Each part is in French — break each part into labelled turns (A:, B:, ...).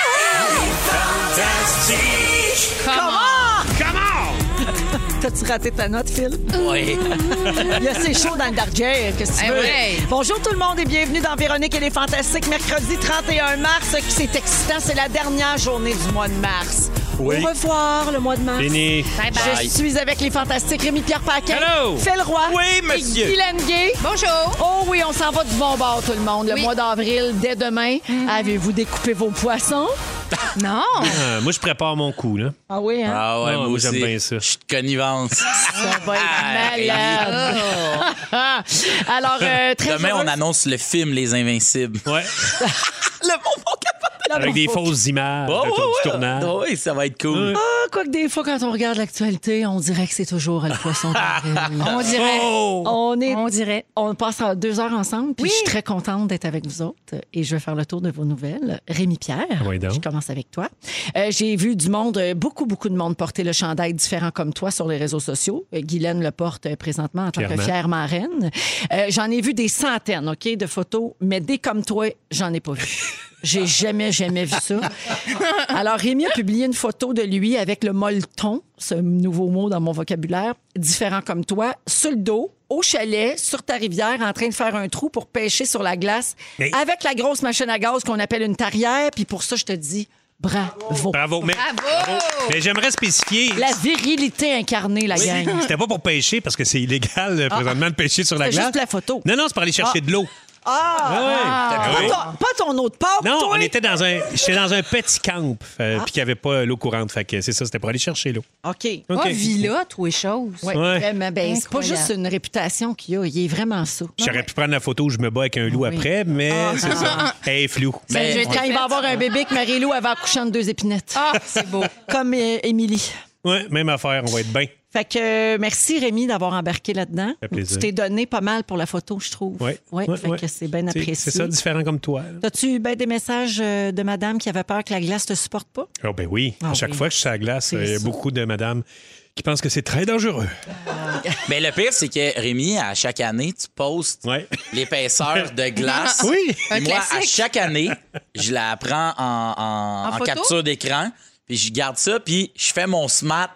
A: raté ta note, Phil.
B: Oui.
A: Il y a ses chaud dans le dardière, qu'est-ce que tu
C: Eh
A: veux?
C: oui.
A: Bonjour tout le monde et bienvenue dans Véronique et les Fantastiques, mercredi 31 mars. C'est excitant, c'est la dernière journée du mois de mars.
B: Oui.
A: Au revoir, le mois de mars.
B: Fini.
C: Bye
A: Je
C: bye.
A: suis avec les Fantastiques Rémi-Pierre Paquin,
B: Hello.
A: Phil Roy
B: Oui, monsieur.
A: et Guylaine Gay.
C: Bonjour.
A: Oh oui, on s'en va du bon bord, tout le monde. Le
C: Oui. Mm-hmm.
A: mois d'avril, dès demain, avez-vous découpé vos poissons?
C: Non.
D: Euh, moi, je prépare mon coup, là.
A: Ah oui, hein?
B: Ah ouais,
D: Ah,
B: moi
D: moi,
B: aussi.
D: j'aime bien ça.
B: Je suis de connivence. Ah,
A: Ça va être
D: Ah,
B: Aïe.
A: malade. Alors, euh, très
B: Demain, on
A: heureuse-
B: annonce le film Les Invincibles.
D: Ouais.
B: Le bon Ah, bon capable.
A: Là,
D: Avec
A: bon,
D: des
A: faut-
D: fausses images
B: Oh,
D: autour
B: ouais,
D: du
B: ouais.
D: tournage.
B: Ah oui, ça va être cool.
A: Ah, Quoique des fois, quand on regarde l'actualité, on dirait que c'est toujours le poisson d'avril.
C: On dirait.
D: Oh!
A: On est...
C: On dirait.
A: On passe à deux heures ensemble, puis je suis très contente d'être avec vous autres et je vais faire le tour de vos nouvelles. Rémi Pierre,
D: Oui, donc.
A: je commence avec toi. Euh, J'ai vu du monde, euh, beaucoup, beaucoup de monde porter le chandail différent comme toi sur les réseaux sociaux. Euh, Guylaine le porte euh, présentement en tant que
D: Fièrement.
A: fière marraine. Euh, j'en ai vu des centaines, OK, de photos, mais des comme toi, j'en ai pas vu. J'ai jamais, jamais vu ça. Alors, Rémi a publié une photo de lui avec le molleton, ce nouveau mot dans mon vocabulaire, différent comme toi, sur le dos, au chalet, sur ta rivière, en train de faire un trou pour pêcher sur la glace,
D: Mais-
A: avec la grosse machine à gaz qu'on appelle une tarière. Puis pour ça, je te dis bravo.
D: Bravo. Mais,
C: Bravo.
D: mais j'aimerais spécifier.
A: La virilité incarnée, la gang.
D: C'était pas pour pêcher parce que c'est illégal euh, présentement de pêcher sur la
A: Ah. C'était
D: glace.
A: juste la photo.
D: Non, non, c'est pour aller chercher
A: Ah.
D: de l'eau. Ah!
A: Pas, ton, pas ton autre part,
D: Non,
A: toi. Ah.
D: on était dans un. J'étais dans un petit camp, euh, puis qu'il n'y avait pas l'eau courante. Fait que c'est ça, c'était pour aller chercher l'eau.
A: OK.
D: OK.
C: Pas villa, tous les choses.
A: Ouais,
D: Ouais.
A: vraiment. Ben, c'est pas
C: Incroyable.
A: juste une réputation qu'il a, il est vraiment ça.
D: J'aurais pu prendre la photo où je me bats avec un loup
A: Ah
D: après, mais c'est ça. Hey, flou.
B: Mais
C: je vais
B: on-
A: Quand il va avoir un bébé que Marie-Lou avait accouché de deux épinettes.
C: Ah, c'est beau.
A: Comme euh, Émilie.
D: Ouais, même affaire, on va être bien.
A: Fait que euh, merci Rémi d'avoir embarqué là-dedans.
D: fait
A: Tu
D: plaisir.
A: t'es donné pas mal pour la photo, je trouve.
D: Ouais.
A: Ouais, fait que c'est bien
D: Tu sais,
A: apprécié.
D: C'est ça, différent comme toi.
A: T'as-tu eu ben des messages euh, de madame qui avait peur que la glace te supporte pas?
D: Oh ben oui,
A: Ah
D: à chaque
A: oui.
D: fois que je suis à la glace, il y a
A: ça.
D: beaucoup de madame qui pensent que c'est très dangereux.
B: Mais le pire, c'est que Rémi, à chaque année, tu postes
D: Ouais.
B: l'épaisseur de glace.
D: Oui.
B: Puis
C: Un
B: moi, à
C: classique.
B: chaque année, je la prends en, en-
C: En
B: en
C: photo?
B: capture d'écran, puis je garde ça, puis je fais mon smart.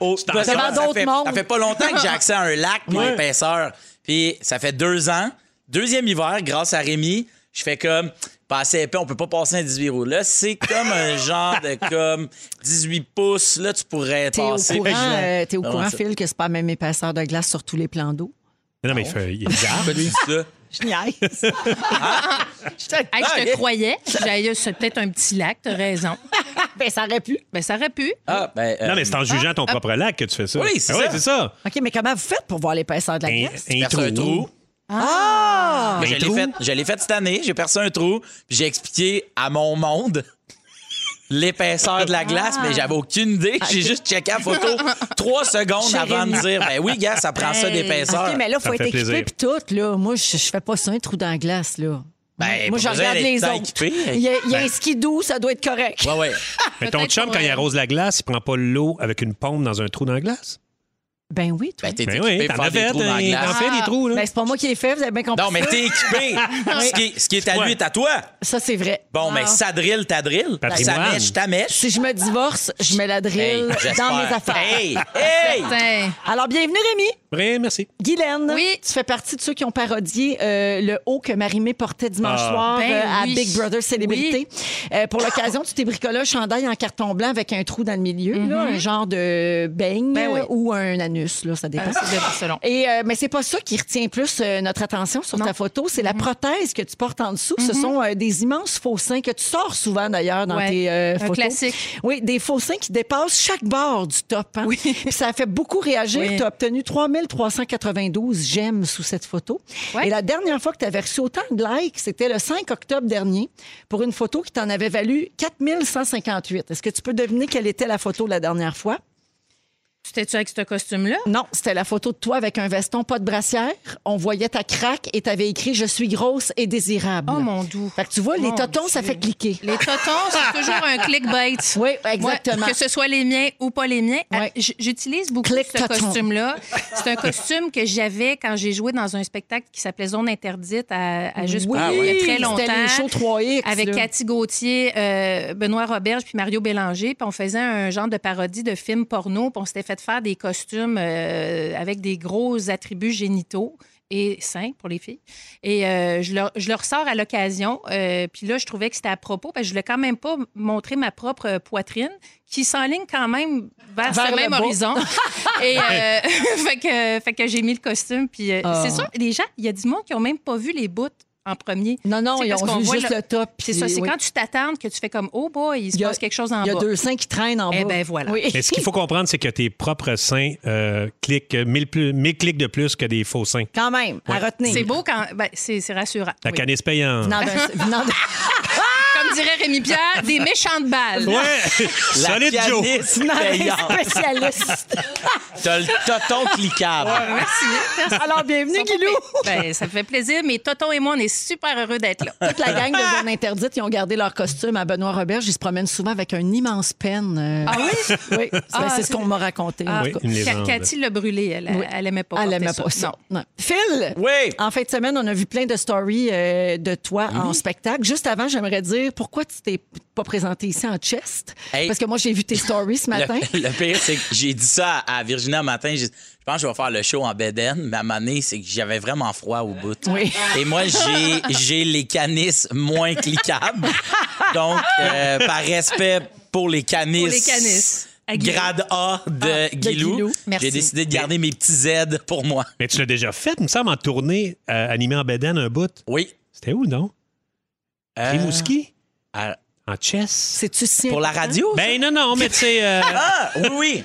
B: au- parce que
A: Devant
B: Oh, ben, ça
A: d'autres
B: fait-
A: mondes.
B: Ça fait pas longtemps que j'ai accès à un lac puis
D: Ouais.
B: une épaisseur. Puis ça fait deux ans, deuxième hiver, grâce à Rémi, je fais comme passer épais, on peut pas passer un 18 roues. Là, c'est comme un genre de comme 18 pouces. Là, tu pourrais
A: T'es au
B: passer.
A: courant, euh, t'es au
B: Vraiment
A: courant
B: ça.
A: Phil, que c'est pas la même épaisseur de glace sur tous les plans d'eau.
D: Non, mais il fait il est
B: Ah,
D: garde.
B: ben, tu dis ça.
A: Je niaise.
C: Hey, je te
B: Ah,
C: croyais. Eh, J'allais- C'est peut-être un petit lac, t'as raison.
A: ben, ça aurait pu.
C: Ben, ça aurait pu.
B: Ah, ben, euh,
D: Non, mais c'est en jugeant
A: Ah,
D: ton propre lac que tu fais ça.
B: Oui, c'est
D: Ah ouais,
B: ça.
D: c'est ça.
A: OK, mais comment vous faites pour voir l'épaisseur de la glace?
D: Un,
B: perce un trou.
A: Ah!
B: Mais je
D: Un
B: l'ai
D: trou?
B: fait, je l'ai fait cette année. J'ai percé un trou, puis j'ai expliqué à mon monde l'épaisseur de la glace,
A: Ah.
B: mais j'avais aucune idée. J'ai juste checké la photo trois secondes
A: Chez
B: avant de
A: Rémi.
B: dire, ben oui, gars, ça prend Ah, ça
C: Hey.
B: d'épaisseur.
A: OK, mais là,
D: Ça
A: faut
D: me
A: être
D: fait
A: équipé
D: plaisir.
A: puis tout. Là. Moi, je, je fais pas ça, un trou dans la glace. Là.
B: Ben,
A: Moi, je
B: pas besoin
A: regarde
B: d'être
A: les
B: tant
A: autres.
B: équipé. Ben
A: Il y a, il y a un skidoo, ça doit être correct.
B: Ouais, ouais.
D: Mais ton
C: Peut-être
D: chum,
C: pour,
D: quand il
C: euh,
D: arrose la glace, il prend pas l'eau avec une pompe dans un trou dans la glace.
A: Ben oui, toi.
B: Ben, t'es
D: Ben
B: équipé
D: oui,
B: pour
D: t'en
B: faire
D: as
B: des
D: fait,
B: trous dans la
D: il en
B: glace.
D: fait des trous, là.
A: Ben, c'est pas moi qui l'ai fait, vous avez bien compris.
B: Non, mais
A: ça.
B: t'es équipé. ce, qui, est- ce qui est à lui est à toi.
A: Ça, c'est vrai.
B: Bon, mais ça drille, ta drille. Ben, Ça
D: Ah. Patrimoine.
B: mèche, ta mèche.
A: Si je me divorce, je mets la
B: Hey,
A: drill
B: j'espère.
A: dans mes affaires.
B: Hey, hey!
C: Putain.
A: Alors, bienvenue, Rémi.
D: Oui, merci.
A: Guylaine,
C: Oui.
A: tu fais partie de ceux qui ont parodié euh, le haut que Marimé portait dimanche
D: Ah.
A: soir
C: Ben
A: euh, à
C: oui.
A: Big Brother Célébrité. Euh, pour l'occasion, tu t'es bricolé un chandail en carton blanc avec un trou dans le milieu, là, un genre de beigne
C: Mhm. Ben oui.
A: euh, ou un anus, là, ça dépend.
C: Ah, c'est de- selon.
A: Et, euh, mais c'est pas ça qui retient plus euh, notre attention sur ta photo, c'est
C: Mm-hmm.
A: la prothèse que tu portes en dessous. Ce sont euh, des immenses faux seins que tu sors souvent d'ailleurs dans
C: Ouais.
A: tes euh,
C: Un
A: photos.
C: classique.
A: Oui, des faux seins qui dépassent chaque bord du top. hein. Puis ça a fait beaucoup réagir.
C: Oui.
A: Tu as obtenu 3392 j'aime sous cette photo.
C: Ouais.
A: Et la dernière fois que tu avais reçu autant de likes, c'était le 5 octobre dernier pour une photo qui t'en avait valu 4158. Est-ce que tu peux deviner quelle était la photo la dernière fois?
C: Tu t'es-tu avec ce costume-là?
A: Non, c'était la photo de toi avec un veston, pas de brassière. On voyait ta craque et t'avais écrit Je suis grosse et désirable.
C: Oh mon doux.
A: Fait que tu vois, les
C: Mon
A: totons, ça
C: Dieu.
A: fait cliquer.
C: Les totons, c'est toujours un clickbait.
A: Oui, exactement.
C: Moi, que ce soit les miens ou pas les miens,
A: Ouais.
C: j- j'utilise beaucoup
A: Click
C: ce
A: toton.
C: costume-là. C'est un costume que j'avais quand j'ai joué dans un spectacle qui s'appelait Zone interdite à, à Juste pour
A: Oui,
C: rire il y a très longtemps.
A: C'était les shows 3X.
C: Avec
A: là.
C: Cathy Gauthier, euh, Benoît Roberge puis Mario Bélanger. Puis on faisait un genre de parodie de film porno. Puis on s'était fait fait faire des costumes euh, avec des gros attributs génitaux et sains pour les filles. Et euh, je, leur, je leur sors à l'occasion. euh, puis là, je trouvais que c'était à propos parce que je voulais quand même pas montrer ma propre euh, poitrine qui s'enligne quand même vers,
A: Vers
C: ce
A: le
C: même
A: bas.
C: horizon. et euh, fait que, fait que j'ai mis le costume. Puis euh,
A: Ah.
C: c'est sûr, les gens, il y a du monde qui ont même pas vu les bouts en premier.
A: Non, non,
C: C'est
A: ils
C: parce
A: ont
C: qu'on
A: vu
C: voit
A: juste le,
C: le-
A: top.
C: C'est
A: puis
C: ça, c'est
A: oui.
C: quand tu t'attends que tu fais comme Oh boy, il se
A: Il y a-
C: passe quelque chose en
A: Il y a
C: bas.
A: deux seins qui traînent en bas.
C: Eh ben, voilà.
A: Oui.
D: Mais ce qu'il faut comprendre, c'est que tes propres seins euh, cliquent 1000 plus- 1000 clics de plus que des faux seins.
A: Quand même, à retenir.
C: C'est beau quand. ben, c'est c'est rassurant.
D: La
C: oui.
D: canisse payante.
A: Venant d'un- venant d'un-
C: Comme dirait Rémi Pierre, des méchantes balles.
D: Ouais!
E: La
D: Solide Joe!
E: pianiste
A: venant
E: payante.
A: d'un spécialiste.
E: T'as le toton cliquable.
C: Merci. merci.
A: Alors, bienvenue, Guilou.
C: Ben, ça me fait plaisir, mais Tonton et moi, on est super heureux d'être là.
A: Toute la gang de Zone Interdite, ils ont gardé leur costume à Benoît Roberge. Ils se promènent souvent avec un immense peine. Ah oui? Oui, c'est-
C: Ah,
A: c'est ce
C: c'est-
A: qu'on m'a raconté. en
C: Ah,
A: tout
D: Oui,
A: cas.
D: une
C: Ca-
D: légende.
C: Cathy l'a brûlé, elle,
A: Oui.
C: elle aimait pas.
A: Elle
C: porter
A: aimait pas ça.
C: Non.
A: Non. Phil,
E: Oui.
A: en fin de semaine, on a vu plein de stories euh, de toi en spectacle. Juste avant, j'aimerais dire pourquoi tu t'es pas présenté ici en chest.
E: Hey.
A: Parce que moi, j'ai vu tes stories ce matin.
E: Le, le pire, c'est que j'ai dit ça à, à Virginie un matin. j'ai dit, je pense que je vais faire le show en Beden. Mais à un moment donné, c'est que j'avais vraiment froid au bout.
A: Oui.
E: Et moi, j'ai- j'ai les canisses moins cliquables. Donc, euh, par respect pour les canisses.
C: Pour les canisses. À Guilou.
E: Grade A de
A: Ah, de Guilou.
E: Guilou.
A: Merci.
E: J'ai décidé de garder mes petits Z pour moi.
D: Mais tu l'as déjà fait, il me semble, en tournée euh, animée en bédaine un bout.
E: Oui.
D: C'était où, non?
E: Euh,
D: Rimouski?
E: à-
D: En chess?
A: C'est-tu si
E: pour la
A: important?
E: radio? ça?
D: Ben non, non, mais tu sais... euh,
E: Ah, oui, oui.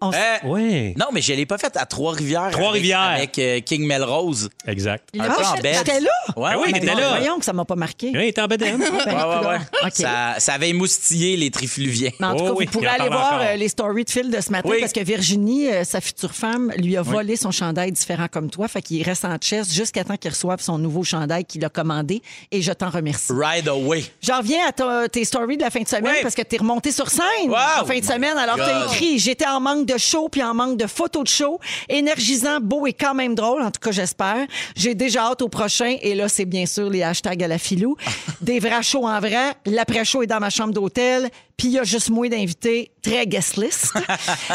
A: On s-
E: Euh,
D: ouais.
E: Non, mais je l'ai pas faite à Trois-Rivières.
D: Trois-Rivières.
E: Avec, avec, euh, King Melrose.
D: Exact.
E: Un
A: Ah,
E: peu en
A: j'étais-
E: bed.
A: j'étais là?
E: Ouais,
D: Ah oui,
E: ouais,
D: t'étais
E: ouais,
D: là.
E: ouais.
A: Voyons que ça m'a pas marqué.
D: Ouais, il était en bédaine.
A: Ben,
E: Ouais, ouais,
A: coudonc.
E: ouais.
A: OK.
E: Ça, ça avait émoustillé les trifluviens.
A: Mais en tout
D: Oh
A: cas,
D: oui,
A: vous pourrez
D: il en
A: aller
D: parle
A: voir
D: encore.
A: euh, les stories de Phil de ce matin
E: Oui.
A: parce que Virginie, euh, sa future femme, lui a volé son chandail différent comme toi. Fait qu'il reste en chest jusqu'à temps qu'il reçoive son nouveau chandail qu'il a commandé. Et je t'en remercie.
E: Ride away.
A: J'en reviens à ta- tes stories de la fin de semaine
E: Oui.
A: parce que t'es remonté sur scène
E: Wow!
A: en fin de
E: My
A: semaine. Alors, t'as
E: God.
A: écrit J'étais en manque de show puis en manque de photos de show. Énergisant, beau et quand même drôle, en tout cas, j'espère. J'ai déjà hâte au prochain. Et là, c'est bien sûr les hashtags à la filou. Des vrais shows en vrai. L'après-show est dans ma chambre d'hôtel. Puis il y a juste moins d'invités. Très guest list.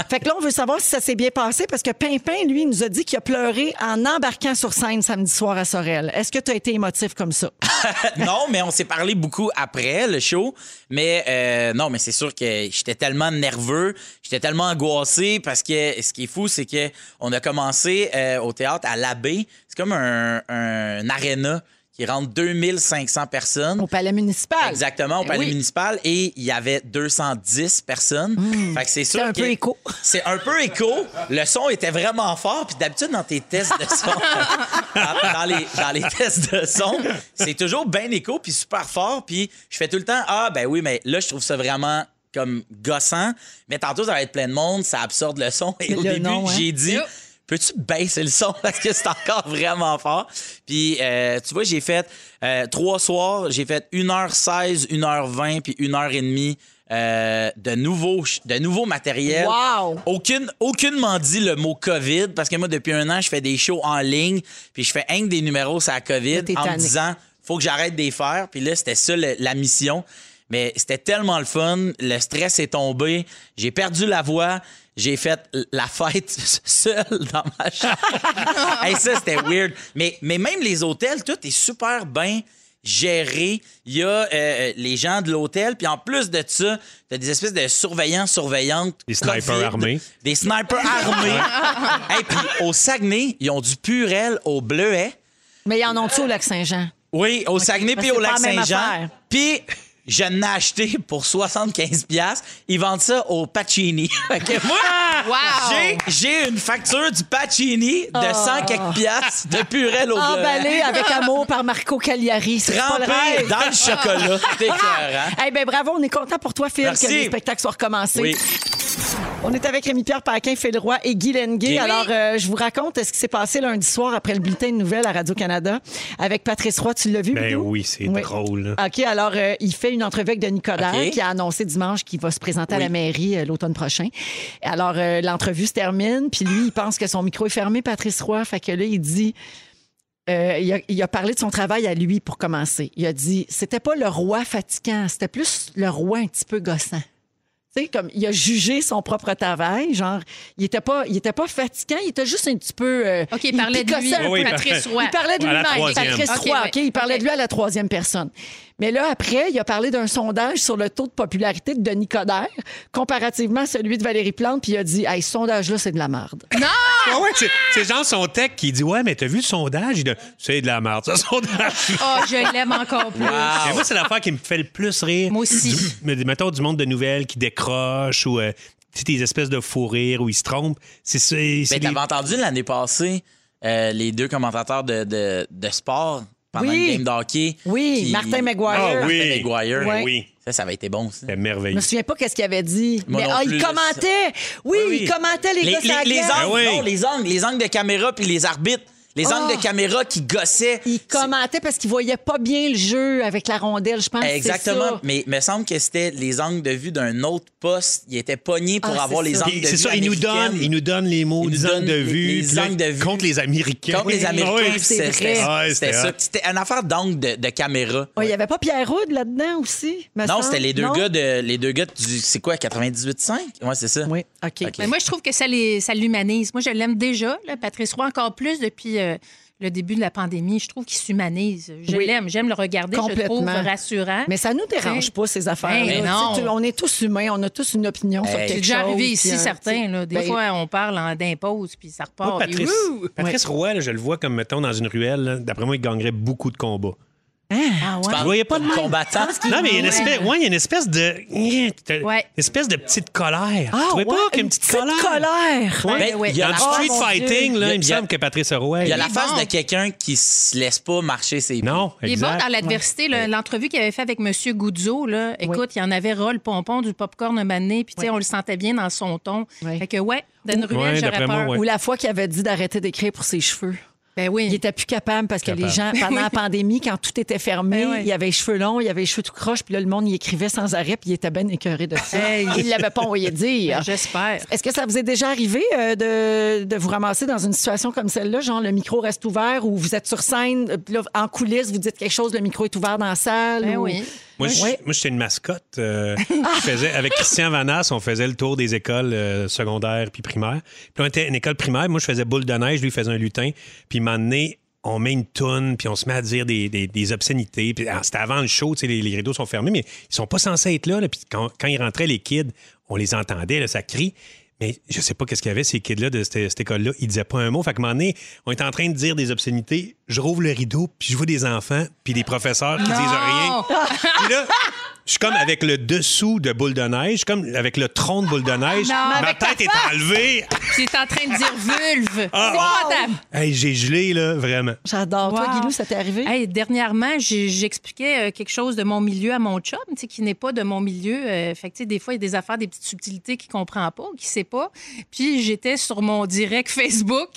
A: fait que là, on veut savoir si ça s'est bien passé parce que Pimpin, lui, nous a dit qu'il a pleuré en embarquant sur scène samedi soir à Sorel. Est-ce que t'as été émotif comme ça?
E: non, mais on s'est parlé beaucoup après le show. Mais euh, non, mais c'est sûr que j'étais tellement nerveux, j'étais tellement angoissé parce que ce qui est fou, c'est que on a commencé euh, au théâtre à l'Abbé. C'est comme un, un aréna qui rentre 2500 personnes.
A: Au palais municipal.
E: Exactement, au
A: Ben
E: palais
A: oui.
E: municipal. Et il y avait 210 personnes. Fait que c'est sûr
A: Hmm. C'est un
E: que-
A: peu écho.
E: C'est un peu écho. Le son était vraiment fort. Puis d'habitude, dans tes tests de son, dans, dans les, dans les tests de son, c'est toujours bien écho puis super fort. Puis je fais tout le temps, ah ben oui, mais là, je trouve ça vraiment comme gossant. Mais tantôt, ça va être plein de monde, ça absorbe le son. Et
A: Le
E: au début,
A: nom, hein.
E: j'ai dit... Peux-tu baisser le son parce que c'est encore vraiment fort? Puis, euh, tu vois, j'ai fait euh, trois soirs, j'ai fait 1h16, 1h20, puis 1h30 euh, de, nouveau, de nouveau matériel.
A: Wow!
E: Aucune, aucunement dit le mot COVID parce que moi, depuis un an, je fais des shows en ligne, puis je fais un que des numéros sur la COVID
A: Là, t'es
E: en me
A: tanné.
E: disant, faut que j'arrête de les faire. Puis là, c'était ça le- la mission. Mais c'était tellement le fun. Le stress est tombé. J'ai perdu la voix. J'ai fait l- la fête seule dans ma chambre. Hey, ça, c'était weird. Mais, mais même les hôtels, tout est super bien géré. Il y a euh, euh, les gens de l'hôtel. Puis en plus de ça, t'as des espèces de surveillants, surveillantes.
D: Des snipers
E: COVID,
D: armés.
E: Des snipers armés. Et puis au Saguenay, ils ont du purel au bleuet.
A: Mais ils en ont-tu au Lac-Saint-Jean?
E: Oui, au Saguenay
A: parce
E: puis
A: que
E: au
A: c'est pas
E: lac
A: la même
E: Saint-Jean.
A: affaire.
E: Puis je l'ai acheté pour 75 pièces, ils vendent ça au Pacini. Fait que moi,
C: Wow!
E: j'ai, j'ai une facture du Pacini de
A: Ah.
E: 100 quelques piastres de purel au bleu.
A: Emballé avec amour par Marco Cagliari. Ah, ben, C'est pas le
E: Trempé
A: rêve.
E: dans le chocolat. T'es écœurant.
A: Eh ben bravo, on est content pour toi, Phil,
E: Merci.
A: que les spectacles soient recommencés.
E: Oui.
A: On est avec Rémi-Pierre Paquin, Phil Roy et Guy Lenguet.
E: Guy.
A: Alors, euh, je vous raconte ce qui s'est passé lundi soir après le bulletin de nouvelles à Radio-Canada avec Patrice Roy. Tu l'as vu?
D: Ben
A: Ludo?
D: oui, c'est drôle.
A: OK, alors, euh, il fait une entrevue avec Denis Coderre
E: OK.
A: qui a annoncé dimanche qu'il va se présenter à la
E: Oui.
A: mairie euh, l'automne prochain. Alors, euh, l'entrevue se termine, puis lui, il pense que son micro est fermé, Patrice Roy. Fait que là, il dit... euh, il, a, il a parlé de son travail à lui pour commencer. Il a dit c'était pas le roi fatigant, c'était plus le roi un petit peu gossant. Tu sais, comme il a jugé son propre travail, genre il était pas il était pas fatigant, il était juste un petit peu euh,
C: OK, il parlait de
A: picossait
C: lui,
A: un
D: Oui,
A: peu.
D: il
C: Patrice
D: parlait-
C: Roy.
A: Il parlait de
D: À la
A: lui-même,
D: troisième.
A: Patrice
C: OK,
A: Roy,
C: ouais.
A: OK? Il parlait de lui à la troisième personne. Mais là, après, il a parlé d'un sondage sur le taux de popularité de Denis Coderre comparativement à celui de Valérie Plante, puis il a dit Hey, ce sondage-là, c'est de la merde.
D: Ah ouais, c'est- c'est genre son tech qui dit Ouais, mais t'as vu le sondage? Il dit, C'est de la merde, ce sondage.
C: Oh, je l'aime encore plus.
E: Wow.
D: Mais moi, c'est l'affaire qui me fait le plus rire.
C: Moi aussi.
D: Du, mais mettons du monde de nouvelles qui décroche ou euh, tu sais, des espèces de faux rires où ils se trompent. C'est ça.
E: Mais
D: c'est des-
E: t'avais entendu l'année passée euh, les deux commentateurs de, de, de sport pendant
A: Oui.
E: le game d'hockey.
A: Oui, Martin Maguire.
D: Ah oui.
E: Maguire.
A: Ouais.
D: Oui.
E: Ça, ça avait été bon, ça.
D: C'est
A: Je
D: merveilleux.
A: me souviens pas qu'est-ce qu'il avait dit.
E: Moi
A: mais
E: non
A: ah,
E: plus,
A: il
E: là,
A: commentait. Oui,
D: Oui, oui.
A: il commentait les,
E: Les,
A: gars sur la
E: les- les
A: glace.
E: angles,
D: Ah oui.
E: non, les angles, les angles de caméra puis les arbitres, les
A: Ah.
E: angles de caméra qui gossaient.
A: Il commentait parce qu'il voyait pas bien le jeu avec la rondelle, je pense. c'est
E: Exactement,
A: ça.
E: mais il me semble que c'était les angles de vue d'un autre poste. Il était pogné pour
A: Ah,
E: avoir
A: c'est
E: les
A: ça.
E: angles
D: Puis
E: de
D: C'est
E: vue.
D: ça, il nous, donne, il nous donne les mots,
E: Il nous
D: les angles
E: donne
D: de
E: les-
D: vue.
E: les
D: puis là,
E: angles de vue.
D: Contre les Américains.
E: Contre les
D: Ah Oui.
E: Américains, puis
A: Ah c'est
E: c'est-
A: vrai.
E: c'était
D: Ouais,
E: c'était
D: c'était
E: ça.
D: hot.
E: C'était une affaire d'angle de, de caméra.
A: Ouais, Il n'y avait pas Pierre Rude là-dedans aussi? me
E: Non,
A: semble?
E: c'était les deux
A: Non?
E: gars de les deux gars du c'est quoi 98.5 Ouais, c'est ça.
A: Oui, OK.
E: OK.
C: Mais Ben, moi, je trouve que ça les- ça l'humanise. Moi, je l'aime déjà, là, Patrice Roy, encore plus depuis euh, le début de la pandémie. Je trouve qu'il s'humanise. Je
A: Oui.
C: l'aime. J'aime le regarder. Je le trouve
A: Complètement.
C: rassurant.
A: Mais ça nous dérange
C: T'sais.
A: pas, ces
C: Ben
A: affaires-là.
C: non.
A: Tu sais, tu- On est tous humains, on a tous une opinion sur
E: Hey.
A: quelque
E: C'est
A: chose.
C: C'est déjà arrivé
A: puis
C: ici,
A: un-
C: certains. Là. Des
A: Ben,
C: fois, on parle en- d'impose, puis ça repart.
D: Moi,
C: puis
D: Patrice,
C: ouh!
D: Patrice Roy, là, je le vois comme, mettons, dans une ruelle. là, D'après moi, il gagnerait beaucoup de combats.
C: Ah ouais.
E: Par-
D: Vous voyez pas de
E: comme
D: même.
E: combattant.
D: Non, mais il y a une
C: Ouais.
D: espèce, ouais, il y a une espèce de.
C: Ouais.
D: Une espèce de petite colère.
A: Ah,
D: tu trouvais
A: ouais,
D: pas qu'il y a
A: une petite colère.
D: Ouais.
E: Ben,
C: ouais.
E: il y a
D: Dans
E: la
D: le
A: Ah,
D: street
A: mon Dieu.
D: fighting,
E: Il y
D: là,
E: a-
D: il me
E: il y a-
D: semble que Patrice Roy.
E: Il y a la
C: est
E: face
C: bon.
E: de quelqu'un qui se laisse pas marcher ses
D: Non,
C: Il est bon
D: exact.
C: dans l'adversité. là. L'entrevue qu'il avait fait avec M. Guzzo, là, écoute, il en avait ras le pompon du popcorn un moment donné, puis tu sais, on le sentait bien dans son ton.
A: Ouais.
C: Fait que, ouais, dans une ruelle,
D: Ouais,
C: j'aurais
D: d'après moi,
C: peur.
D: ouais.
A: Ou la fois qu'il avait dit d'arrêter d'écrire pour ses cheveux.
C: Ben oui.
A: Il était plus capable parce que les gens,
D: Capable.
A: pendant la pandémie, quand tout était fermé,
C: Ben ouais.
A: il avait les cheveux longs, il avait les cheveux tout croches, puis là, le monde y écrivait sans arrêt, puis il était bien écœuré de ça. Il l'avait pas envoyé
C: Ben,
A: dire.
C: J'espère.
A: Est-ce que ça vous est déjà arrivé euh, de, de vous ramasser dans une situation comme celle-là, genre le micro reste ouvert ou vous êtes sur scène, euh, puis là, en coulisses, vous dites quelque chose, le micro est ouvert dans la salle?
C: Ben
A: ou-
C: oui.
D: Moi, je-
A: Ouais.
D: moi, j'étais une mascotte. euh, je faisais- avec Christian Vanasse, on faisait le tour des écoles euh, secondaires puis primaires. Puis on était une école primaire. Moi, je faisais boule de neige, lui, il faisait un lutin. Puis, un moment donné, on met une toune, puis on se met à dire des, des- des obscénités. Puis, ah, c'était avant le show, tu sais, les, les rideaux sont fermés, mais ils sont pas censés être là. là. Puis quand, quand ils rentraient, les kids, on les entendait, là, ça crie. Mais je sais pas qu'est-ce qu'il y avait, ces kids-là de cette, cette école-là. Ils disaient pas un mot. Fait que, un moment donné, on est en train de dire des obscénités. Je rouvre le rideau, puis je vois des enfants, puis des professeurs qui disent rien. Puis là, je suis comme avec le dessous de boule de neige, je suis comme avec le tronc de boule de neige.
C: Non,
D: Ma
C: avec ta
D: tête est enlevée.
C: Tu es en train de dire vulve. C'est épouvantable.
D: Hey, j'ai gelé, là, vraiment.
A: J'adore. Toi,
C: Wow.
A: Guilou, ça t'est arrivé?
C: Hey, dernièrement, j'ai- j'expliquais euh, quelque chose de mon milieu à mon chum, tu sais, qui n'est pas de mon milieu. Euh, fait que, tu sais, des fois, il y a des affaires, des petites subtilités qu'il comprend pas, qu'il sait pas. Puis j'étais sur mon direct Facebook,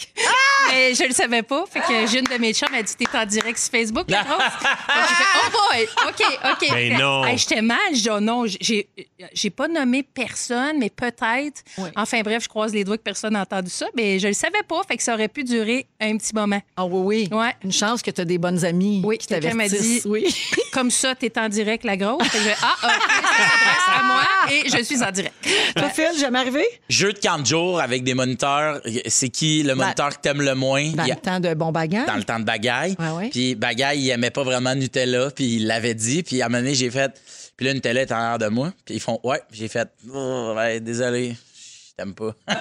C: mais je le savais pas. Fait que j'ai une de mes chums elle dit T'es en direct sur Facebook, la grosse? Fait que j'ai fait, Oh boy! OK, OK.
D: Mais non.
C: Hey, J'étais mal. Je dis, oh non, j'ai j'ai pas nommé personne, mais peut-être.
A: Oui.
C: Enfin bref, je croise les doigts que personne n'a entendu ça, mais je le savais pas. Fait que ça aurait pu durer un petit moment.
A: Ah oui, oui.
C: Ouais.
A: Une chance que tu as des bonnes amies
C: Oui,
A: qui
C: quelqu'un m'a
A: t'avertissent.
C: dit-
A: Oui.
C: Comme ça, t'es en direct, la grosse. Fait que je- ah, ok, ça s'adresse à moi et je suis en direct.
A: Toi, Phil, jamais arrivé?
E: Jeu de camp de jour avec des moniteurs. C'est qui
A: Bah,
E: le moniteur que t'aimes le moins?
A: Dans
E: Il y a-
A: le temps de bon bagage.
E: dans le temps de Bagaille.
A: bah, Ouais, ouais.
E: Puis Bagaille, il aimait pas vraiment Nutella, puis il l'avait dit. Puis à un moment donné, j'ai fait... Puis là, Nutella est en l'air de moi. Puis ils font... Ouais. Puis j'ai fait... Oh, ouais, désolé, je t'aime pas.
A: Ah,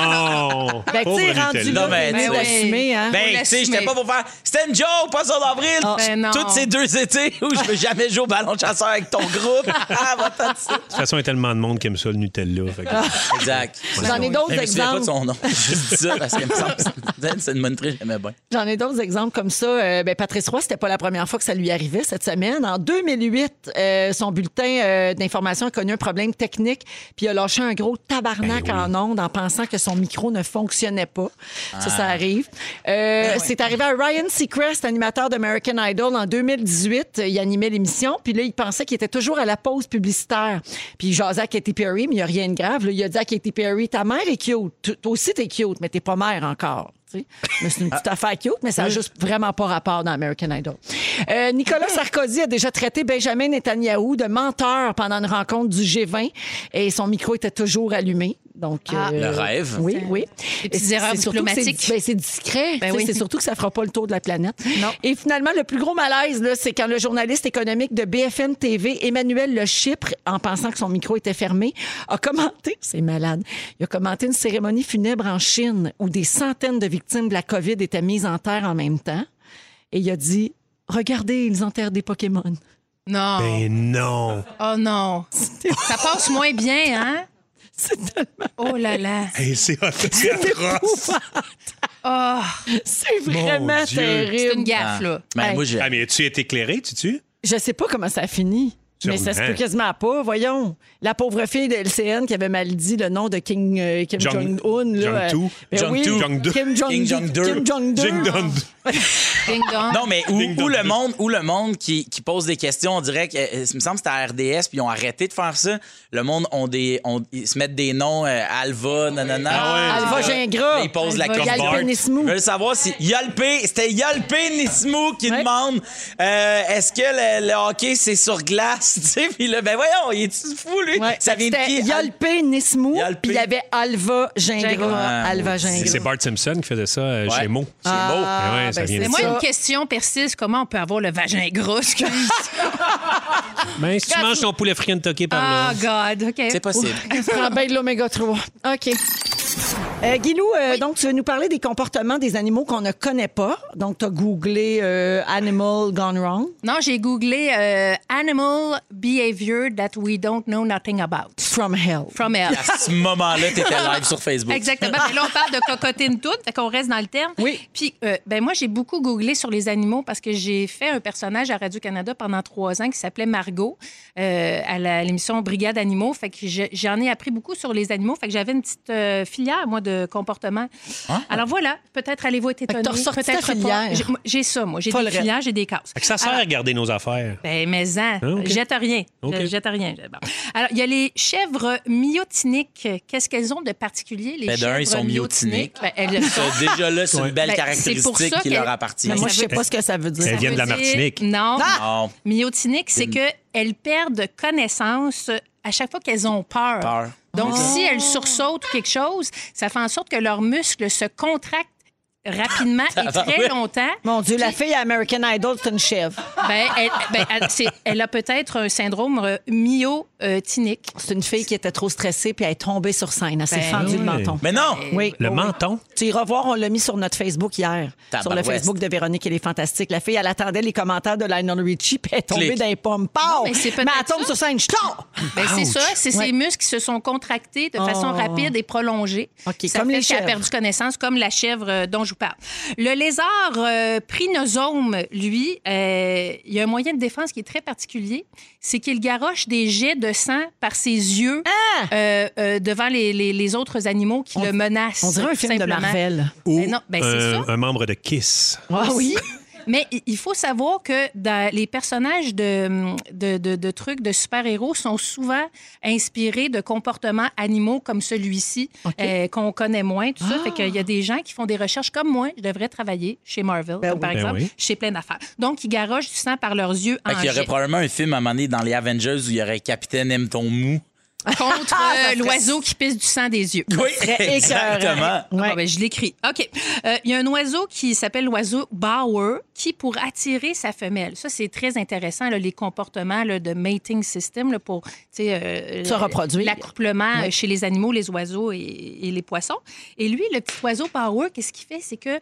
C: Ah.
D: Oh,
A: Ben, tu
D: pauvre
A: sais, rendu
D: Nutella.
E: Non,
A: là,
E: mais
A: il faut
E: tu sais.
A: l'assumer, hein?
E: Ben,
C: l'a
E: tu sais, j'étais
C: assumé.
E: pas pour faire. C'était une joke, pas sur d'avril.
A: Oh,
C: Ben non.
E: Toutes ces deux étés où je veux jamais jouer au ballon de chasseur avec ton groupe. Ah, va-t'en de ça.
D: De toute façon, il y a tellement de monde qui aime ça, le Nutella. Fait que-
C: Ah.
E: Exact.
A: J'en ai d'autres
E: Mais Je me souviens pas de
A: exemples.
E: son nom. Je dis ça parce qu'elle me semble que c'est- c'est une monitrice que j'aimais bien.
A: J'en ai d'autres exemples comme ça. Euh, ben, Patrice Roy, c'était pas la première fois que ça lui arrivait cette semaine. En 2008, euh, son bulletin euh, d'information a connu un problème technique, puis il a lâché un gros tabarnak
D: Ben
A: en
D: oui.
A: ondes en pensant que son micro ne fonctionnait pas. Ça,
D: Ah.
A: ça arrive. Euh,
D: Ben
A: C'est arrivé à Ryan Seacrest, animateur d'American Idol en 2018. Il animait l'émission, puis là, il pensait qu'il était toujours à la pause publicitaire. Puis il jasait à Katy Perry, mais il n'y a rien de grave. Là, il a dit à Katy Perry, ta mère est cute. Toi aussi, t'es cute, mais t'es pas mère encore. tu sais. Mais c'est une petite affaire cute, mais
C: Ah.
A: ça n'a juste vraiment pas rapport dans American Idol. Euh,
C: Ah.
A: Nicolas Sarkozy a déjà traité Benjamin Netanyahu de menteur pendant une rencontre du G20 et son micro était toujours allumé. Donc, euh,
C: Ah.
E: Le rêve.
A: Oui, oui.
C: Des petites erreurs
A: C'est surtout que c'est-
C: diplomatiques.
A: ben, c'est discret. Tu
C: Ben
A: sais,
C: oui.
A: C'est surtout que ça fera pas le tour de la planète.
C: Non.
A: Et finalement, le plus gros malaise, là, c'est quand le journaliste économique de BFM TV, Emmanuel Le Chypre, en pensant que son micro était fermé, a commenté, c'est malade, il a commenté une cérémonie funèbre en Chine où des centaines de victimes de la COVID étaient mises en terre en même temps. Et il a dit, regardez, ils enterrent des Pokémon.
C: Non.
D: Ben non.
C: Oh non. Ça passe moins bien, hein?
A: C'est tellement
C: Oh là là.
D: Hey, c'est c'est atroce.
C: Oh,
A: c'est
D: Mon
A: vraiment
D: Dieu.
C: c'est
A: terrible.
C: une gaffe, là.
E: Ben,
A: Hey.
E: moi, j'ai-
D: Ah, mais as-tu été éclairé, tu tu?
A: Je sais pas comment ça a fini. Mais ça se peut
D: Sûrement.
A: quasiment pas, voyons. La pauvre fille de LCN qui avait mal dit le nom de King, euh, Kim
D: Jong-
A: Jong-un. là,
D: Jong-tu.
A: euh, ben
E: Jong-tu.
A: oui,
D: Jong-du.
A: Kim Jong-du.
E: King Jong-deux.
A: Kim Jong-deux.
D: Jing dong.
C: Ah, Ding dong.
E: Non, mais où,
D: Ding
E: où
D: dong.
E: le monde, où le monde qui, qui pose des questions, on dirait que, euh, il me semble que c'était à RDS, puis ils ont arrêté de faire ça. Le monde, ont des, ont- ils se mettent des noms, euh, Alva, nanana. Euh,
D: Ah ouais.
A: Alva Gingras.
E: Là, Ils posent la
C: Alva
E: question.
A: Gingras. Yalpé Nismou.
E: Ils veulent savoir si Yalpé, c'était Yalpé Nismou qui
A: Ouais.
E: demande euh, est-ce que le, le hockey, c'est sur glace? Tu sais, puis là, ben voyons, il est fou, lui?
A: Ouais.
E: Ça vient de
A: C'était
E: qui?
A: Yolpé Nismou,
E: Yolpé.
A: puis il y avait Alva Gingras. Ah,
C: Gingras.
A: Alva
E: C'est-
D: C'est
A: Gingras.
D: Bart Simpson qui faisait ça euh,
E: Ouais.
D: chez Mo.
E: Ah, beau.
D: Mais ouais, ça
A: ben, c'est
D: vient de
C: Mais
D: ça.
C: moi,
A: ça.
C: une question persiste. Comment on peut avoir le vagin gros? excuse?
D: Ben, si tu manges ton poulet frit Kentucky par là.
C: Ah, God. OK.
E: C'est possible.
A: Je prends bien de l'oméga 3. OK. Euh, Guilou, euh, donc, tu veux nous parler des comportements des animaux qu'on ne connaît pas. Donc, tu as googlé euh, Animal Gone Wrong.
C: Non, j'ai googlé euh, Animal Behavior That We Don't Know Nothing About
A: From Hell.
C: from Hell.
E: À ce moment-là, t'étais live sur Facebook.
C: Exactement. Mais là, on parle de cocotine toute, fait qu'on reste dans le terme.
A: Oui.
C: Puis, euh, ben moi, j'ai beaucoup googlé sur les animaux parce que j'ai fait un personnage à Radio-Canada pendant trois ans qui s'appelait Margot euh, à la- l'émission Brigade Animaux. Fait que je- j'en ai appris beaucoup sur les animaux. Fait que j'avais une petite euh, filière, moi, de comportement.
A: Ah.
C: Alors voilà, peut-être allez-vous être
A: que
C: étonnés.
A: t'as ressorti ta
C: peut-être pas.
A: filière.
C: J'ai- moi, J'ai ça, moi. J'ai
A: Pas
C: des
A: le reste.
C: filières, j'ai des cases.
D: Fait que ça sert à garder nos affaires.
C: Ben, mais ça,
D: Ah, ok.
C: jette rien. Je-
D: Ok.
C: Jette rien. Bon. Alors, il y a les chèvres myotiniques. Qu'est-ce qu'elles ont de particulier, les
E: Ben, d'un,
C: chèvres
E: ils sont myotiniques.
C: Ben, elles le sont.
E: Ça, déjà là, c'est une belle
C: Ben, c'est
E: caractéristique
C: pour ça
E: qui
C: que-
E: leur appartient.
A: Mais Ben, moi, je
C: ça
A: sais
C: veut-
A: pas ce que ça veut dire.
D: Ça Elles veut- viennent de la
C: Ça veut
D: Martinique.
C: dire- Non.
E: Non,
C: Myotiniques, c'est qu'elles perdent connaissance à chaque fois qu'elles ont peur.
E: peur.
C: Donc, si elles sursautent ou quelque chose, ça fait en sorte que leurs muscles se contractent rapidement et très longtemps.
A: Mon Dieu, la fille à American Idol, c'est une chèvre.
C: Ben, elle, ben, elle- c'est- elle a peut-être un syndrome euh, myotinique.
A: C'est une fille qui était trop stressée puis elle est tombée sur scène. Elle s'est
C: Ben
A: fendue
D: oui.
A: le menton.
E: Mais non!
A: Oui.
D: Le
C: Oh,
A: oui.
D: menton.
A: Tu iras voir, on l'a mis sur notre Facebook hier. sur le
E: Tabarouette.
A: Facebook de Véronique et les Fantastiques. La fille, elle attendait les commentaires de Lionel Richie puis elle est tombée
E: Clic.
A: dans les pommes. Pow!
C: mais c'est peut-être
A: elle tombe
C: ça.
A: sur scène. Je tombe!
C: Ben, c'est ça, c'est
A: Ouais.
C: ces muscles qui se sont contractés de façon
A: Oh.
C: rapide et prolongée.
A: OK,
C: ça
A: comme
C: fait
A: les
C: qu'elle a
A: chèvres.
C: perdu connaissance, comme la chèvre euh, dont je vous parle. Le lézard euh, prinosome, lui, euh, il y a un moyen de défense qui est très particulier. C'est qu'il garoche des jets de sang par ses yeux euh, euh, devant les, les- les autres animaux qui
A: Ah! On-
C: le menacent.
A: On dirait un film
C: simplement.
A: de Marvel.
D: Ou
C: Ben non, ben, c'est
D: un,
C: ça.
D: un membre de Kiss.
A: Ah oui?
C: Mais i- il faut savoir que dans les personnages de, de, de- de trucs de super-héros sont souvent inspirés de comportements animaux comme celui-ci,
A: OK.
C: euh, qu'on connaît moins, tout ça.
A: Ah.
C: Fait qu'il y a des gens qui font des recherches comme moi. Je devrais travailler chez Marvel,
A: Ben
C: comme
A: oui.
C: par
D: Ben
C: exemple,
D: oui.
C: chez plein d'affaires. Donc, ils garochent du sang par leurs yeux
E: Fait
C: en
E: qu'il y aurait
C: jet
E: probablement un film à un moment donné dans les Avengers où il y aurait Capitaine aime ton mou.
C: contre
A: Ah,
C: euh, l'oiseau qui pisse du sang des yeux.
E: Oui,
A: Très
E: exactement.
A: écœurant. Ouais.
C: Ah, ben, je l'écris. OK. Euh, Il y a un oiseau qui s'appelle l'oiseau Bauer qui, pour attirer sa femelle, ça, c'est très intéressant, là, les comportements là, de mating system là, pour tu sais, euh,
A: Se reproduire.
C: L'accouplement euh, chez les animaux, les oiseaux et, et les poissons. Et lui, le petit oiseau Bauer, qu'est-ce qu'il fait? C'est que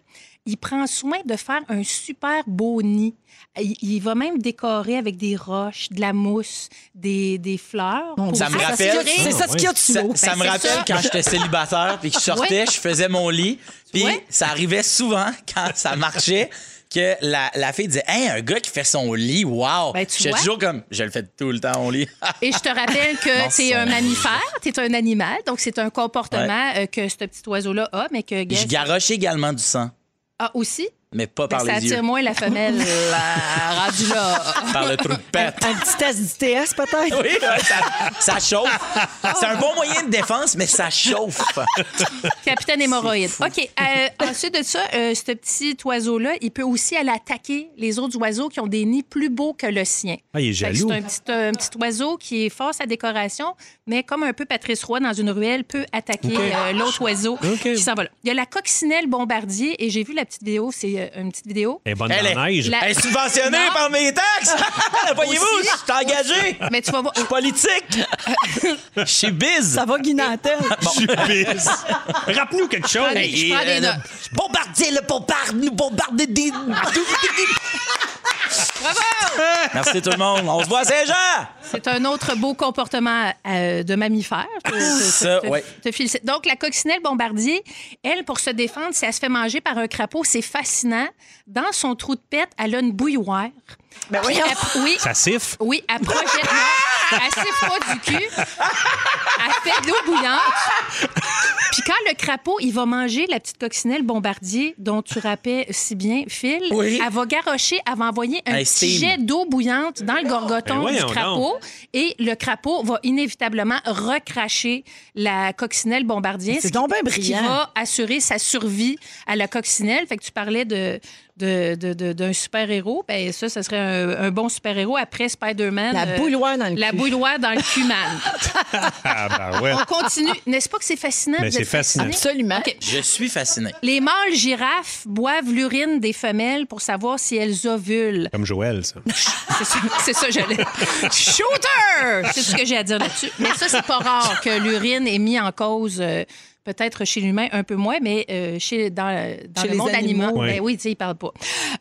C: il prend soin de faire un super beau nid. Il, il va même décorer avec des roches, de la mousse, des, des fleurs.
A: Mon
C: pour
A: Dieu,
E: Ça me
A: c'est
E: rappelle-
A: qu'il y a- C'est ça ce qu'il y a
E: Ça,
A: de
E: ça me
C: Ben, c'est
E: rappelle
C: ça.
E: quand j'étais célibataire puis que je sortais, je faisais mon lit. Puis
C: Ouais.
E: ça arrivait souvent quand ça marchait que la, la fille disait Hey, un gars qui fait son lit, wow!
C: Ben, tu
E: J'étais
C: vois.
E: toujours comme Je le fais tout le temps, mon lit.
C: Et je te rappelle
E: Non,
C: que tu es un
E: son-
C: mammifère, tu es un animal, donc c'est un comportement euh, que ce petit oiseau-là a, mais que
E: je
C: Guess
E: garoche également du sang.
C: a aussi.
E: mais pas
C: Fait
E: par
C: que Ben, ça
E: les yeux.
C: attire moins la femelle la rendue là.
E: Par le trou de pète.
A: Un petit test d'ITS, peut-être?
E: Oui, ouais, ça, ça chauffe. C'est un bon moyen de défense, mais ça chauffe.
C: Capitaine hémorroïde. OK. euh, ensuite de ça, euh, ce petit oiseau-là, il peut aussi aller attaquer les autres oiseaux qui ont des nids plus beaux que le sien.
D: Ah, il est
C: Fait que
D: jaloux.
C: Ben, C'est un petit, un petit oiseau qui est fort sa décoration, mais comme un peu Patrice Roy dans une ruelle, peut attaquer
D: OK.
C: euh, l'autre oiseau
D: OK.
C: qui s'en va là. Il y a la coccinelle bombardier, et j'ai vu la petite vidéo, c'est euh, une petite vidéo.
D: Elle est bonne
E: Elle
D: dans la
E: est-
D: neige.
C: la-
E: Elle est subventionnée
C: Euh, Non.
E: par mes taxes. Voyez-vous, je suis engagé.
C: Mais tu vas voir.
E: Politique. Je suis biz.
A: Ça va, Guy Nantel?
C: Ah,
D: Supplice. Rappe-nous quelque chose.
C: Allez, je prends des notes.
E: Euh, Bombardier, le bombarde, nous bombarde des.
C: Bravo!
E: Merci tout le monde. On se voit à Saint-Jean.
C: C'est un autre beau comportement euh, de mammifère. Te- te-
E: Ça,
C: te-
E: ouais.
C: te félicite. Donc, la coccinelle bombardier, elle, pour se défendre, si elle se fait manger par un crapaud, c'est fascinant. Dans son trou de pète, elle a une bouilloire.
A: Ben voyons.
C: Elle- oui.
D: Ça siffle.
C: Oui, elle projette. non, elle siffle pas du cul. Elle fait de l'eau bouillante. Puis quand le crapaud, il va manger la petite coccinelle bombardier dont tu rappais si bien, Phil,
E: Oui.
C: elle va garrocher, elle va envoyer un
E: Un
C: petit
E: steam.
C: jet d'eau bouillante dans le
D: Ben
C: gorgoton du
D: voyons
C: crapaud. Et le crapaud va inévitablement recracher la coccinelle bombardier.
A: C'est
C: ce
A: donc bien
C: qui- Qui
A: brillant.
C: va assurer sa survie à la coccinelle. Fait que tu parlais de de- de- de- d'un super-héros. Ben ça, ça serait un, un bon super-héros après Spider-Man.
A: La
C: euh,
A: bouilloire dans le
C: La
A: cul.
C: bouilloire dans le cul, man.
D: Ah, ben ouais.
C: On continue. N'est-ce pas que c'est fascinant?
D: Mais Ben,
C: Vous
D: c'est
C: êtes
D: fascinant.
C: fascinés?
A: Absolument.
C: OK.
E: Je suis fasciné.
C: Les mâles girafes boivent l'urine des femelles pour savoir si elles ovulent.
D: Comme Joël, ça.
C: C'est ça, c'est ça, je l'ai. Shooter! C'est ce que j'ai à dire là-dessus. Mais ça, c'est pas rare que l'urine est mise en cause. euh, Peut-être chez l'humain un peu moins, mais euh, chez, dans, le- dans
A: Chez
C: le
A: les
C: monde
A: animaux.
C: animal,
D: Oui.
C: ben oui, tu sais, il parle pas.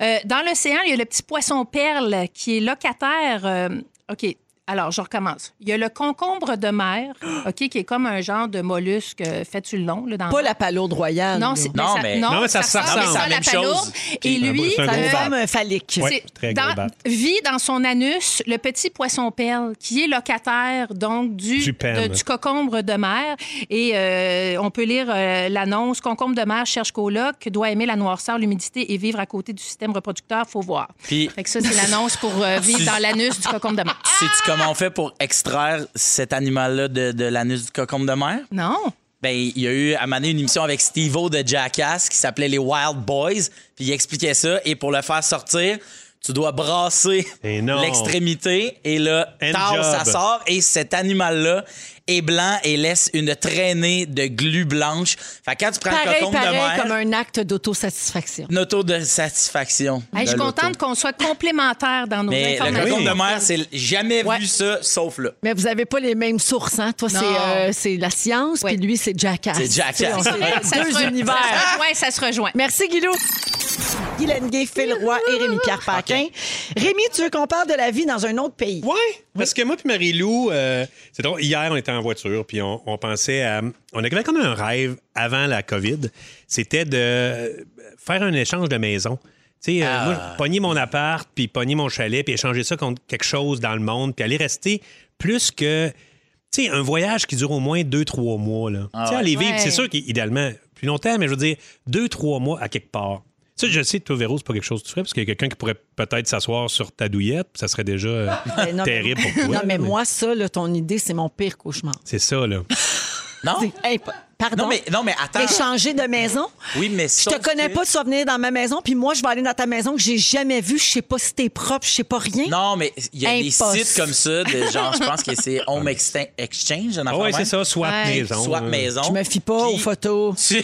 C: Euh, dans l'océan, il y a le petit poisson perle qui est locataire. euh, OK, alors je recommence. Il y a le concombre de mer, OK, qui est comme un genre de mollusque euh, fait sur le long. Là, dans
A: Pas la palourde royale.
C: Non,
A: là.
C: c'est-
E: Non,
C: ça-
E: mais-
D: non, mais ça se ressemble.
C: à
E: C'est la
C: la
E: même chose.
C: palourde. Et
D: C'est un
C: lui,
D: beau- c'est un
A: Ça
D: gros
A: forme
D: bat.
A: un phallique.
D: Ouais,
C: c'est-
D: très gros
C: dans-
D: bat.
C: vit dans son anus le petit poisson perle qui est locataire donc du,
D: Du perle.
C: de- du cocombre de mer. Et euh, on peut lire euh, l'annonce Concombre de mer cherche coloc, doit aimer la noirceur, l'humidité et vivre à côté du système reproducteur. Faut voir.
E: Puis,
C: Fait que ça, c'est l'annonce pour euh, vivre dans l'anus du cocombre de mer.
E: sais-tu comment on fait pour extraire cet animal-là de, de l'anus du cocombe de mer?
C: Non.
E: Ben, il y a eu à un moment donné, une émission avec Steve-O de Jackass qui s'appelait Les Wild Boys. Puis il expliquait ça. Et pour le faire sortir, tu dois brasser
D: Et Eh non.
E: l'extrémité. Et là,
D: Hand
E: tard, ça
D: job.
E: sort. Et cet animal-là est blanc et laisse une traînée de glu blanche. Fait que quand tu prends le
A: Pareil,
E: cocombe de mer,
A: pareil, comme un acte d'autosatisfaction.
E: une auto de satisfaction.
C: Hey, je suis
E: de l'auto.
C: contente qu'on soit complémentaires dans nos
E: Mais le
C: informations.
E: cocombe de mer, c'est jamais
A: Ouais.
E: vu ça, sauf là.
A: Mais vous n'avez pas les mêmes sources, hein? Toi, c'est,
C: Non.
A: euh, c'est la science,
C: Ouais.
A: puis lui, c'est Jackass.
E: C'est Jackass.
A: Tu sais, on-
C: Ça
A: deux
C: se re-
A: univers.
C: Ça se rejoint, ça se rejoint.
A: Merci, Guilou. Guy Lenguet, Phil Roy et Rémi-Pierre Paquin. Rémi, tu veux qu'on parle de la vie dans un autre pays?
D: Ouais, parce que moi puis Marie-Lou, euh, c'est drôle, hier on était en voiture puis on, on pensait à... On avait comme un rêve avant la COVID, c'était de euh, faire un échange de maison. Tu sais, euh,
C: Ah.
D: moi, pogner mon appart, puis pogner mon chalet, puis échanger ça contre quelque chose dans le monde, puis aller rester plus que... Tu sais, un voyage qui dure au moins deux, trois mois, là. tu sais, aller vivre,
C: Ah Ouais.
D: c'est sûr qu'idéalement, plus longtemps, mais je veux dire, deux, trois mois à quelque part. Tu sais, je sais, toi, Véro, c'est pas quelque chose que tu ferais, parce qu'il y a quelqu'un qui pourrait peut-être s'asseoir sur ta douillette, puis ça serait déjà... euh,
A: Ben, non, mais-
D: terrible pour toi.
A: Non, mais
D: là,
A: moi, ça, là, ton idée, c'est mon pire cauchemar.
D: C'est ça, là.
E: Non?
A: C'est- Hey, pa- pardon?
E: Oh! Non, mais, non, mais attends.
A: Échanger de maison?
E: Oui, mais
A: Je te
E: sauf
A: connais
E: que-
A: pas, tu vas venir dans ma maison, puis moi, je vais aller dans ta maison que j'ai jamais vue. Je sais pas si t'es propre, je sais pas rien.
E: Non, mais il y a
A: Hein? Impossible.
E: des sites comme ça, de genre, je pense que c'est Home Extin- Exchange, un
D: Ah
E: affaire
D: ouais,
E: de
D: c'est
E: même.
D: ça, swap
C: Ouais.
D: maison.
E: Swap
D: euh,
E: maison.
A: Je me fie pas
E: Puis
A: aux photos.
E: tu-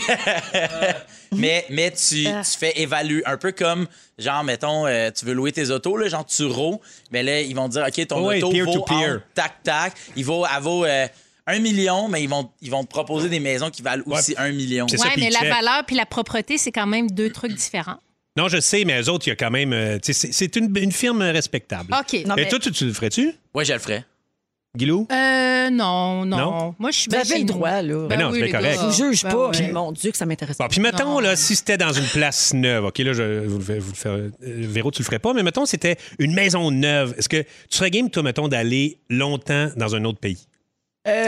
E: mais mais tu,
A: Ah.
E: tu fais évaluer un peu comme, genre, mettons, euh, tu veux louer tes autos, là, genre, tu roues, mais là, ils vont te dire, OK, ton
D: Oh ouais,
E: auto
D: peer
E: vaut
D: to peer.
E: entre tac, tac, il vaut, elle vaut euh, un million, mais ils vont, ils vont te proposer des maisons qui valent
D: Ouais.
E: aussi un million.
D: C'est
C: Oui,
D: ça, puis
C: mais
D: il
C: la
D: check.
C: valeur puis la propreté, c'est quand même deux trucs différents.
D: Non, je sais, mais eux autres, il y a quand même. euh, tu sais, C'est c'est une, une firme respectable.
C: OK.
A: Non,
D: Mais
A: mais-
D: toi, tu, tu le ferais-tu,
E: Ouais, je le ferais.
D: Guilou?
C: Euh, non, non,
D: Non?
C: Moi, je suis
A: Vous
C: bien
A: avez
C: chez
A: le
C: nous.
A: droit, là.
D: Ben non, c'est
C: oui,
D: bien
C: les
D: correct.
A: Je
C: gars.
A: vous juge
C: Ben
A: pas,
C: ouais.
A: puis mon Dieu, que ça m'intéresse
D: Bon,
A: pas.
D: puis mettons,
C: Non.
D: là, si c'était dans une place neuve, OK, là, je vous le fais, vous le fais- euh, Véro, tu le ferais pas, mais mettons, c'était une maison neuve. Est-ce que tu serais game, toi, mettons, d'aller longtemps dans un autre pays?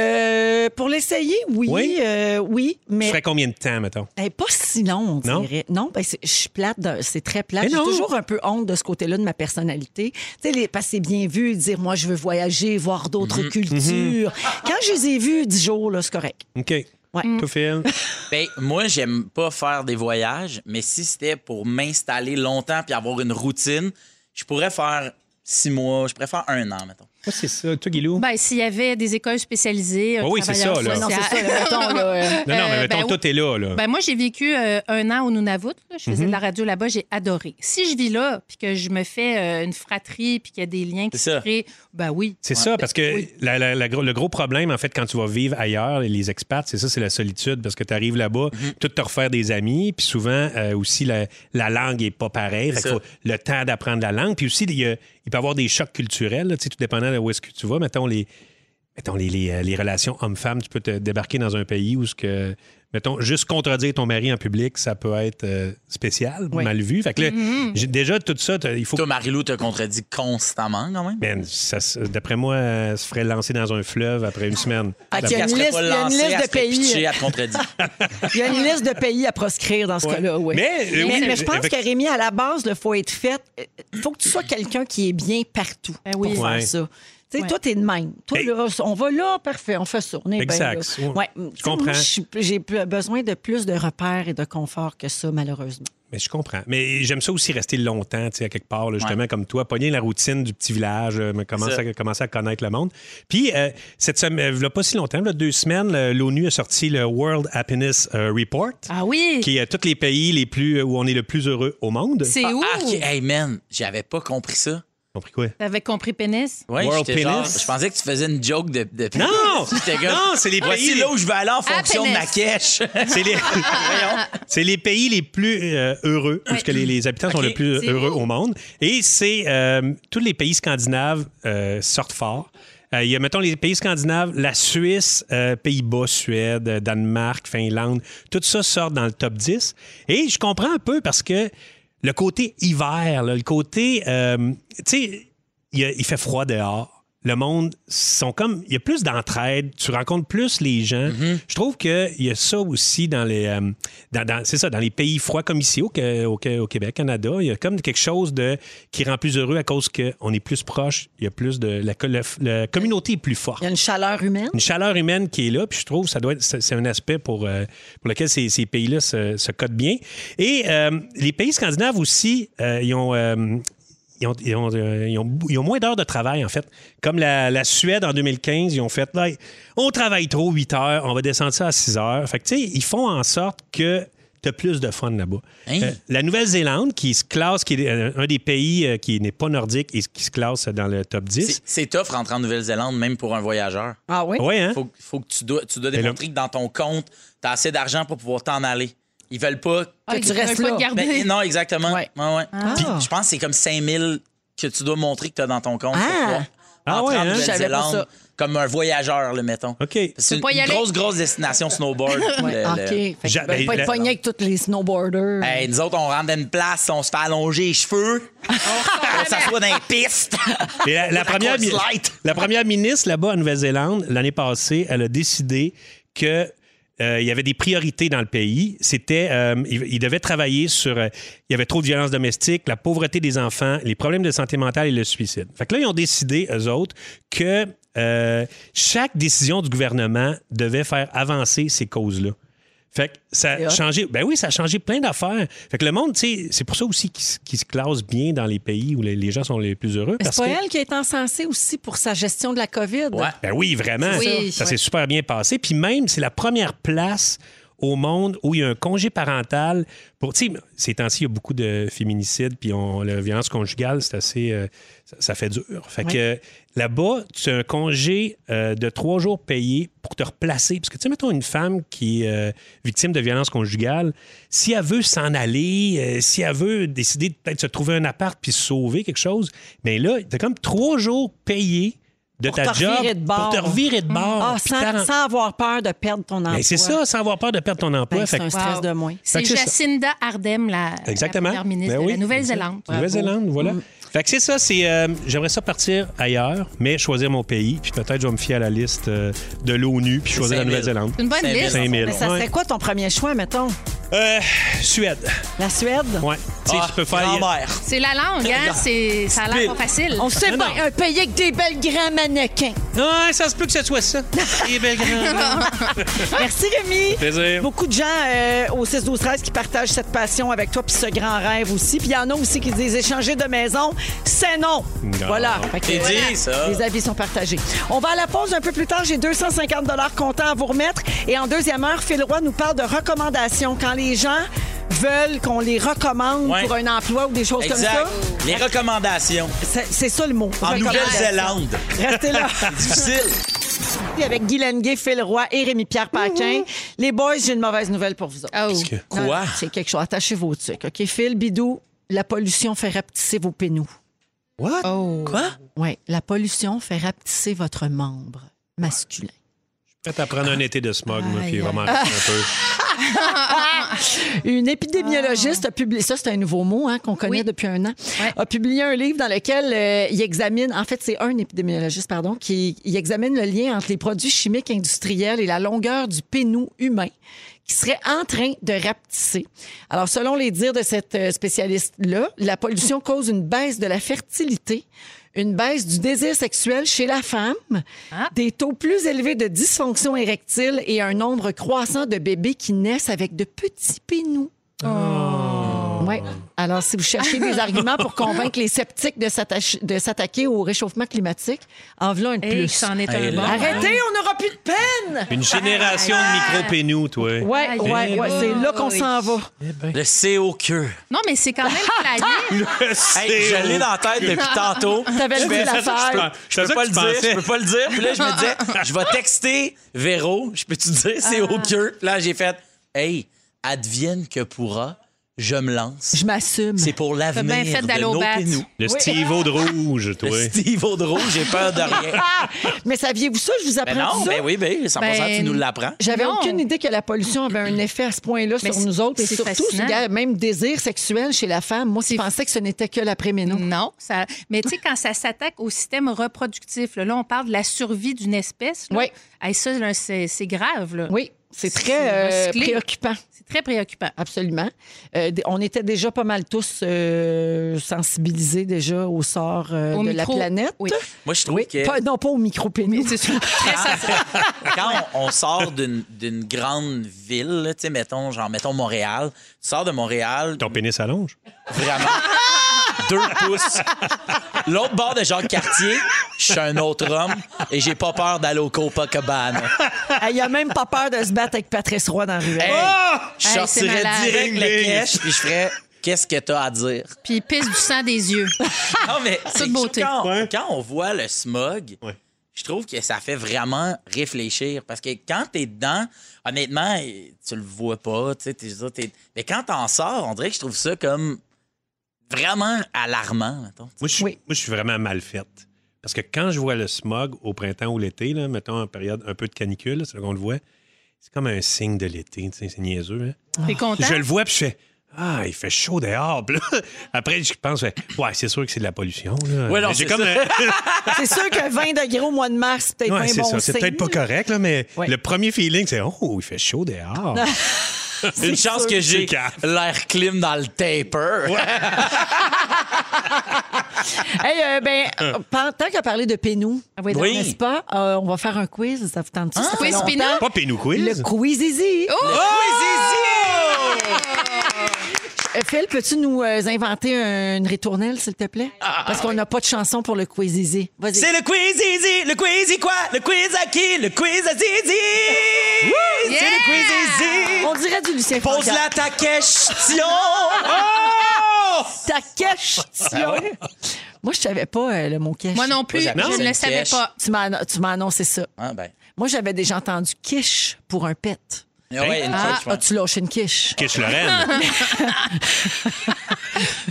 A: Euh, pour l'essayer, oui.
D: Oui?
A: euh, oui,
D: Tu
A: mais
D: ferais combien de temps, mettons?
A: elle est pas si long, on
D: Non?
A: dirait. Non, ben, c'est- je suis plate, de- c'est très plate.
D: Mais
A: J'ai
D: non.
A: toujours un peu honte de ce côté-là de ma personnalité. Tu sais, les- parce que c'est bien vu de dire, moi, je veux voyager, voir d'autres
D: Mhm.
A: cultures. Quand je les ai vus, 10 jours, là, c'est correct.
D: OK.
A: Ouais.
D: Toi, Phil?
E: Ben, moi, j'aime pas faire des voyages, mais si c'était pour m'installer longtemps puis avoir une routine, je pourrais faire six mois, je pourrais faire un an, mettons.
D: Moi, c'est ça. Toi, Guilou?
C: Ben, s'il y avait des écoles spécialisées, euh, un
D: Oh oui, c'est
C: travailleur
D: ça, là.
A: Ouais, non, c'est
C: social.
A: ça, là, mettons, là, euh,
D: non, non, mais
C: euh,
D: mettons,
C: ben,
D: tout est là, là.
C: Ben, moi, j'ai vécu euh, un an au Nunavut. là. Je faisais de la
D: Mhm.
C: radio là-bas, j'ai adoré. Si je vis là, puis que je me fais euh, une fratrie, puis qu'il y a des liens qui
E: C'est ça.
C: se créent, ben oui.
D: C'est ça, parce que la- la- la gro- le gros problème, en fait, quand tu vas vivre ailleurs, les expats, c'est ça, c'est la solitude, parce que tu arrives là-bas, tout te refaire des amis, puis souvent euh, aussi la, la langue est pas pareille, fait
E: C'est ça.
D: qu'il faut le temps d'apprendre la langue, puis aussi il, y a- il peut y avoir des chocs culturels, là, tu sais, tout dépendant de où est-ce que tu vas, mettons les, mettons, les, les, euh, les relations hommes-femmes, tu peux te débarquer dans un pays où ce que, mettons, juste contredire ton mari en public, ça peut être euh, spécial,
A: Oui.
D: mal vu, fait que là, j'ai- déjà tout ça, t'as- il faut
E: Toi, Marilou te contredit constamment quand même.
D: Man, ça se- d'après moi, elle se ferait lancer dans un fleuve après une semaine.
A: Ah,
D: D'après-
A: Il y a
E: Elle
A: une
E: se ferait
A: liste-
E: pas
A: il y a une
E: lancer,
A: liste
E: elle
A: de
E: se ferait
A: pays.
E: pitcher, elle te contredit.
A: Il y a une liste de pays à proscrire dans ce
D: Ouais.
A: cas-là, oui.
D: Mais, euh,
A: Mais,
D: oui,
A: mais je pense
D: avec-
A: que Rémi, à la base, il faut être fait. Il faut que tu sois quelqu'un qui est bien partout
C: Ben oui.
A: pour faire
D: Ouais.
A: ça. Tu sais,
C: Ouais.
A: toi, t'es de même. Toi,
D: Ben-
A: là, on va là, parfait, on fait ça, on est
D: Exact.
A: bien là.
D: Ouais.
A: Ouais.
D: Je
A: Tu sais,
D: comprends.
A: moi, je suis- J'ai p- besoin de plus de repères et de confort que ça, malheureusement.
D: Mais je comprends. Mais j'aime ça aussi rester longtemps, tu sais, à quelque part, là, justement, comme toi, pogner la routine du petit village, euh, mais commencer,
E: C'est
D: à, commencer à connaître le monde. Puis, euh, cette semaine, là, pas si longtemps, là, deux semaines, le- l'ONU a sorti le World Happiness euh, Report,
C: Ah oui!
D: qui est tous les pays les plus, euh, où on est le plus heureux au monde.
C: C'est où?
E: Ah, ok. Hey man, j'avais pas compris ça.
D: compris quoi?
C: T'avais compris pénis?
E: Ouais,
D: World
E: j'étais genre-
D: penis.
E: je pensais que tu faisais une joke de. de
D: Non!
E: J'étais comme,
D: Non, c'est les
E: Voici
D: pays-
E: là où je vais aller en fonction de ma
C: penis.
E: cache.
D: C'est les, c'est les pays les plus euh, heureux, puisque les, les habitants sont
E: Ok.
D: les plus
C: C'est
D: heureux
C: beau.
D: au monde. Et c'est euh, tous les pays scandinaves euh, sortent fort. Euh, Il y a, mettons, les pays scandinaves, la Suisse, euh, Pays-Bas, Suède, euh, Danemark, Finlande, tout ça sort dans le top 10. Et je comprends un peu parce que le côté hiver, là, le côté. euh, tu sais, il, y a- il fait froid dehors. Le monde sont comme. Il y a plus d'entraide. Tu rencontres plus les gens. Je trouve qu'il y a ça aussi dans les. euh, dans- dans- c'est ça, dans les pays froids comme ici, au, Qué- au Qué- au Québec, Canada. Il y a comme quelque chose de, qui rend plus heureux à cause qu'on est plus proche. Il y a plus de. La, co- la- la communauté est plus forte
A: Il y a une chaleur humaine.
D: une chaleur humaine qui est là, puis je trouve que ça doit être, c'est c'est un aspect pour, euh, pour lequel ces, ces pays-là se, se cotent bien. Et euh, les pays scandinaves aussi, euh, ils ont... euh, ils ont, ils ont, euh, ils ont bou- ils ont moins d'heures de travail, en fait. Comme la, la Suède en 2015, ils ont fait, là, on travaille trop 8 heures, on va descendre ça à 6 heures. Fait que, tu sais, ils font en sorte que tu as plus de fun là-bas.
E: Hein?
D: Euh, la Nouvelle-Zélande, qui se classe, qui est euh, un des pays euh, qui n'est pas nordique et qui se classe dans le top 10.
E: C'est- C'est tough rentrer en Nouvelle-Zélande, même pour un voyageur.
A: Ah oui?
D: Ouais, hein?
E: Faut, faut que tu dois, tu dois
D: là-
E: démontrer que dans ton compte, tu as assez d'argent pour pouvoir t'en aller. Ils veulent pas.
C: Ah,
A: tu
C: ils
A: restes
C: veulent pas
A: là.
C: te garder.
E: Ben, non, exactement.
A: Ouais.
E: Ouais, ouais.
A: Ah.
E: Puis, je pense que c'est comme 5000 que tu dois montrer que tu as dans ton compte.
A: Ah.
E: Pour pouvoir
D: Ah
E: entrer
D: ouais,
E: en
D: hein?
A: J'avais pas
E: Nouvelle-Zélande comme un voyageur, le mettons.
D: OK.
E: C'est
C: Faut
E: une,
C: pas y
E: une
C: aller.
E: grosse, grosse destination snowboard.
A: Ouais, Ah,
E: le-
A: OK.
E: le-
A: Fait que
D: Ja-
A: tu peux
D: ben,
A: pas
D: le-
A: être pogné avec tous les snowboarders.
E: Hey, nous autres, on rentre dans une place, on se fait allonger les cheveux, on s'assoit dans les pistes.
D: Et la, la
E: La
D: première,
E: course light.
D: la première ministre là-bas en Nouvelle-Zélande, l'année passée, elle a décidé que. euh, il y avait des priorités dans le pays. C'était, euh, il, il devait travailler sur, euh, il y avait trop de violence domestique, la pauvreté des enfants, les problèmes de santé mentale et le suicide. Fait que là, ils ont décidé eux autres que euh, chaque décision du gouvernement devait faire avancer ces causes-là. Fait que ça
A: C'est
D: a
A: hot.
D: changé. Ben oui, ça a changé plein d'affaires. Fait que le monde, tu sais, c'est pour ça aussi qu'ils s- qu'ils se classent bien dans les pays où les, les gens sont les plus heureux.
A: Mais
D: parce
A: c'est pas
D: que-
A: elle qui est encensée aussi pour sa gestion de la COVID.
E: Ouais.
D: ben oui, vraiment.
C: Oui.
D: Ça s'est super bien passé. Puis même, c'est la première place au monde où il y a un congé parental pour... Tu sais, ces temps-ci, il y a beaucoup de féminicides, puis on, la violence conjugale, c'est assez... euh, ça, ça fait dur. Fait que euh, là-bas, tu as un congé euh, de trois jours payé pour te replacer. Parce que, tu sais, mettons une femme qui est euh, victime de violence conjugale, si elle veut s'en aller, euh, si elle veut décider de peut-être se trouver un appart puis se sauver quelque chose, mais là, tu as comme trois jours payés de
A: Pour
D: ta
A: te
D: job
A: revirer de bord.
D: pour te revirer de bord.
A: Ah,
D: puis
A: sans,
D: t'arrem-
A: sans avoir peur de perdre ton emploi.
D: Ben, c'est ça, sans avoir peur de perdre ton emploi.
A: Ben,
D: Fait
A: c'est
D: que-
A: un stress de moins.
C: C'est
D: que c'est ça.
C: Jacinda Ardern, la, la
D: Exactement.
C: première ministre
D: Ben
C: de
D: oui. Mm.
C: la Nouvelle-Zélande.
D: Nouvelle-Zélande, voilà. Fait que c'est ça, c'est. euh, J'aimerais ça partir ailleurs, mais choisir mon pays, puis peut-être je vais me fier à la liste euh, de l'ONU, puis choisir la
E: 5000.
D: Nouvelle-Zélande.
C: Une bonne
E: Cinq mille.
C: liste.
E: Cinq
D: mille.
A: Mais ça
D: Ouais.
A: serait quoi ton premier choix, mettons?
D: Euh, Suède.
A: La Suède?
D: Ouais. Tu sais,
E: Ah,
D: tu peux faire.
E: Grand-mère.
C: C'est la langue, hein? C'est, ça a l'air pas facile. Oh.
E: Ah,
A: On sait
D: Mais
A: pas,
D: non.
A: un pays avec des belles grands mannequins.
D: Ouais, ça se peut que ce soit ça. Eh ben, Les belles grandes.
E: Ah!
A: Merci, Rémi.
D: Plaisir.
A: Beaucoup de gens euh, au 6 12 13 qui partagent cette passion avec toi puis ce grand rêve aussi. Puis il y en a aussi qui disent échanger de maison, c'est non.
D: Non.
A: Voilà. Fait que,
E: C'est
A: voilà.
E: dit, ça.
A: Les avis sont partagés. On va à la pause un peu plus tard. J'ai 250 dollars comptant à vous remettre. Et en deuxième heure, Phil Roy nous parle de recommandations. Quand les gens veulent qu'on les recommande
E: Ouais.
A: pour un emploi ou des choses
E: Exact.
A: comme
E: Les recommandations.
A: ça, c'est- c'est ça le mot.
E: En
A: Recommandation.
E: Nouvelle-Zélande.
A: Restez là.
E: Difficile.
A: Avec Guy Lenguet, Phil Roy et Rémi-Pierre Paquin. Les boys, j'ai une mauvaise nouvelle pour vous autres.
C: Oh.
A: Non,
E: Quoi?
A: C'est quelque chose. Attachez vos tucs. OK, Phil, Bidou, la pollution fait rapetisser vos pénous.
D: What?
C: Oh.
E: Quoi?
A: Oui, la pollution fait rapetisser votre membre masculin.
D: Peut-être à prendre un été de smog, moi,
C: Aïe,
D: puis
C: aïe.
D: vraiment un peu.
A: Une épidémiologiste a publié, ça c'est un nouveau mot hein, qu'on connaît
C: Ah. Oui.
A: depuis un an,
C: Ouais.
A: a publié un livre dans lequel euh, il examine, en fait c'est un épidémiologiste, pardon, qui il examine le lien entre les produits chimiques industriels et la longueur du pénou humain qui serait en train de rapetisser. Alors selon les dires de cette euh, spécialiste-là, la pollution cause une baisse de la fertilité, une baisse du désir sexuel chez la femme,
C: Ah.
A: des taux plus élevés de dysfonction érectile et un nombre croissant de bébés qui naissent avec de petits pénous. Ouais. Alors, si vous cherchez des arguments pour convaincre les sceptiques de s'attacher- de s'attaquer au réchauffement climatique, en voilà un de
C: Hey,
A: plus.
C: c'en est
D: Hey,
C: un
D: là.
C: bon.
A: Arrêtez, on n'aura plus de peine!
D: Une génération de micro-pénous, toi.
A: Ouais,
C: Aïe,
A: ouais,
C: aïe,
A: ouais, c'est là qu'on
C: aïe.
A: s'en va.
E: Le CO que.
C: Non, mais c'est quand même
A: Ah,
C: plané.
E: Hey, je l'ai dans la tête depuis tantôt.
A: T'avais
E: Je
A: dit
E: fais-
A: l'affaire.
E: Je peux pas le dire, je peux pas le dire. Puis là, je me disais, je vais texter Véro, je peux-tu dire, c'est au
C: Ah.
E: cœur. Là, j'ai fait, hey, advienne que pourra, je me lance.
A: Je m'assume.
E: C'est pour l'avenir
C: bien fait
E: de
C: d'aller au
E: nos
C: bat.
E: pénous.
D: Le Steve-O de rouge, toi.
E: Le Steve Audreau, j'ai peur de rien.
A: Ah! Mais saviez-vous ça? Je vous apprends
E: Ben non,
A: ça.
E: ben oui, ben 100
C: Ben,
E: tu nous l'apprends.
A: J'avais
C: Non.
A: aucune idée que la pollution avait un effet à ce point-là
C: Mais
A: sur
C: c'est-
A: nous autres et
C: c'est
A: surtout
C: fascinant.
A: sur le même désir sexuel chez la femme. Moi, je
C: C'est- Mm.
A: pensais que ce n'était que l'après-ménage.
C: Non, ça... mais tu sais, quand ça s'attaque au système reproductif, là, là, on parle de la survie d'une espèce. là.
A: Oui.
C: Hey, ça, là, c'est, c'est grave. Là.
A: Oui, c'est
C: C'est
A: très euh,
C: recyclé.
A: préoccupant.
C: C'est très préoccupant.
A: Absolument. Euh, d- on était déjà pas mal tous euh, sensibilisés déjà au sort euh,
C: Au
A: de
C: micro,
A: la planète.
C: oui.
E: Moi, je trouve que
A: Pas- non, pas au micro pénis.
C: C'est sûr. Très sensible.
E: quand on, on sort d'une d'une grande ville, là, tu sais, mettons, genre, mettons Montréal, tu sors de Montréal,
D: Ton pénis s'allonge.
E: vraiment. Deux pouces. L'autre bord de Jacques Cartier, je suis un autre homme et j'ai pas peur d'aller au Copacabana.
A: Ah, Il a même pas peur de se battre avec Patrice Roy dans la rue.
E: Hey, je
C: Hey, c'est
E: sortirais
C: malade.
E: direct Ah! le
D: Ding, ding.
E: cash puis je ferais qu'est-ce que t'as à dire.
C: Puis il pisse du sang des yeux.
D: Ah.
E: Non, Ah, mais c'est
C: beauté.
E: que Quand,
D: Ouais.
E: quand on voit le smog,
D: Ouais.
E: je trouve que ça fait vraiment réfléchir. Parce que quand t'es dedans, honnêtement, tu le vois pas. tu sais, t'es- je veux dire, t'es- mais quand t'en sors, on dirait que je trouve ça comme vraiment alarmant. mettons.
D: Moi, je suis-
A: Oui.
D: moi, je suis vraiment mal faite. Parce que quand je vois le smog au printemps ou l'été, là, mettons en période un peu de canicule, là, c'est là qu'on le voit, c'est comme un signe de l'été. tu sais, C'est niaiseux. Hein?
C: T'es content?
D: Je le vois, puis je fais Ah, il fait chaud dehors. Puis là, Après, je pense, je fais, ouais, c'est sûr que c'est de la pollution. Là.
E: Ouais, non,
D: Mais j'ai
E: c'est
D: comme
E: ça.
D: un-
A: C'est sûr que 20 degrés au mois de mars, c'est peut-être
D: Ouais,
A: pas un
D: c'est
A: bon
D: ça. C'est
A: signe.
D: peut-être pas correct, là, mais
A: Ouais.
D: le premier feeling, c'est Oh, il fait chaud dehors.
E: Une chance
A: sûr.
E: que j'ai
D: C'est calme.
E: l'air clim dans le taper.
A: Hey, euh, ben, euh, pan- tant qu'à parler de pénou,
C: oui,
E: Oui.
A: Ah n'est-ce pas? Euh, on va faire un quiz. Ça vous tente-tu? Ça fait
C: Quiz
A: longtemps.
C: Pinot?
D: Pas Pénou
A: Le
D: Quiz.
A: quiz easy.
E: Oh, Zizi!
A: Euh, Phil, peux-tu nous euh, inventer une ritournelle, s'il te plaît? Parce qu'on n'a pas de chanson pour le quiz easy. Vas-y.
E: C'est le quiz easy, le quiz y quoi? Le quiz à qui? Le quiz à Zizi! C'est le quiz easy!
A: On dirait du Lucien Francaire.
E: Pose-la ta question! Oh!
A: Ta question. Moi, je savais pas euh, le mot quiche.
C: Moi non plus,
E: Moi, j'appelle
C: je
E: ça
C: ne le
E: une
C: savais
E: quiche.
C: pas.
A: Tu m'as tu m'as annoncé ça.
E: Ah, ben.
A: Moi, j'avais déjà entendu quiche pour un pet.
E: Ouais, une
A: Ah,
E: quiche, ouais.
A: tu lâches une quiche.
D: Quiche Lorraine.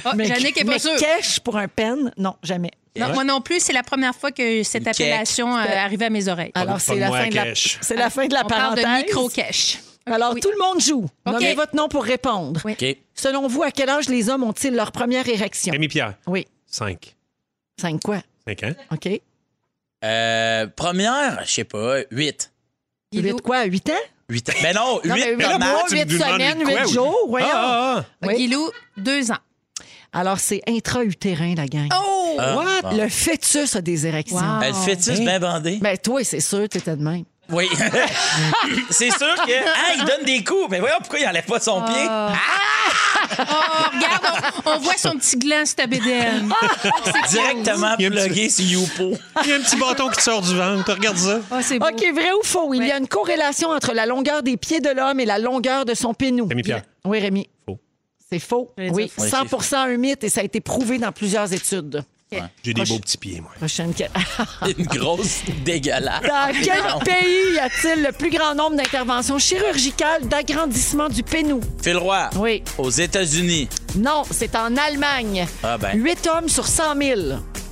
C: Oh, Yannick est pas
A: mais
C: sûre.
A: quiche pour un pen, non, jamais.
C: Non, moi non plus, c'est la première fois que cette
E: Une cake.
C: appellation euh, arrivait à mes oreilles.
A: Alors,
D: de-
A: c'est
D: pas de
A: la,
D: moi à
A: fin de la,
D: quiche.
A: c'est la fin de la
C: On parle
A: parenthèse.
C: de micro-cache.
A: Alors, tout le monde joue.
C: OK.
A: Nommez votre nom pour répondre.
C: Oui.
E: OK.
A: Selon vous, à quel âge les hommes ont-ils leur première érection?
D: Rémi Pierre,
A: Oui.
D: Cinq.
A: Cinq quoi?
D: Cinq hein? ans.
A: OK.
E: Euh, première, je sais pas, 8.
A: Huit quoi? Huit ans?
E: 8 ans. Mais non, 8
A: Non, mais huit mois,
D: là, moi, tu me
A: huit
D: demandes
A: semaines,
D: quoi,
A: huit
D: oui.
A: jours. voyons.
D: Ah, ah, ah.
A: Oui.
C: Guilou, deux ans.
A: Alors, c'est intra-utérin, la gang.
C: Oh!
A: What?
D: Ah.
A: Le fœtus a des érections.
C: Wow.
E: Euh, Le fœtus
A: Hey.
E: bien bandé.
A: Ben, toi, c'est sûr, t'étais de même.
E: Oui. c'est sûr que. Ah, il donne des coups. Mais voyons pourquoi il enlève pas son pied.
C: Oh, regarde, on, on voit son petit gland, cette BDM.
A: Ah!
E: Directement
D: Il y a un petit-
E: plugué sur Youpo.
D: Il y a un petit bâton qui te sort du ventre. Regarde ça.
C: Oh, c'est beau.
A: OK, vrai ou faux? Il y a une corrélation entre la longueur des pieds de l'homme et la longueur de son pénou.
D: Rémi Pierre.
A: Oui, Rémi.
D: Faux.
A: C'est faux.
C: J'allais dire
A: Oui,
E: faux.
A: 100 un mythe et ça a été prouvé dans plusieurs études.
D: J'ai des beaux petits pieds, moi.
A: Prochaine que-
E: Une grosse dégueulasse.
A: Dans quel
E: Ah, Non.
A: pays y a-t-il le plus grand nombre d'interventions chirurgicales d'agrandissement du pénou?
E: Phil Roy.
A: Oui.
E: Aux États-Unis.
A: Non, c'est en Allemagne.
E: Ah ben. Ah.
A: 8 hommes sur 100 000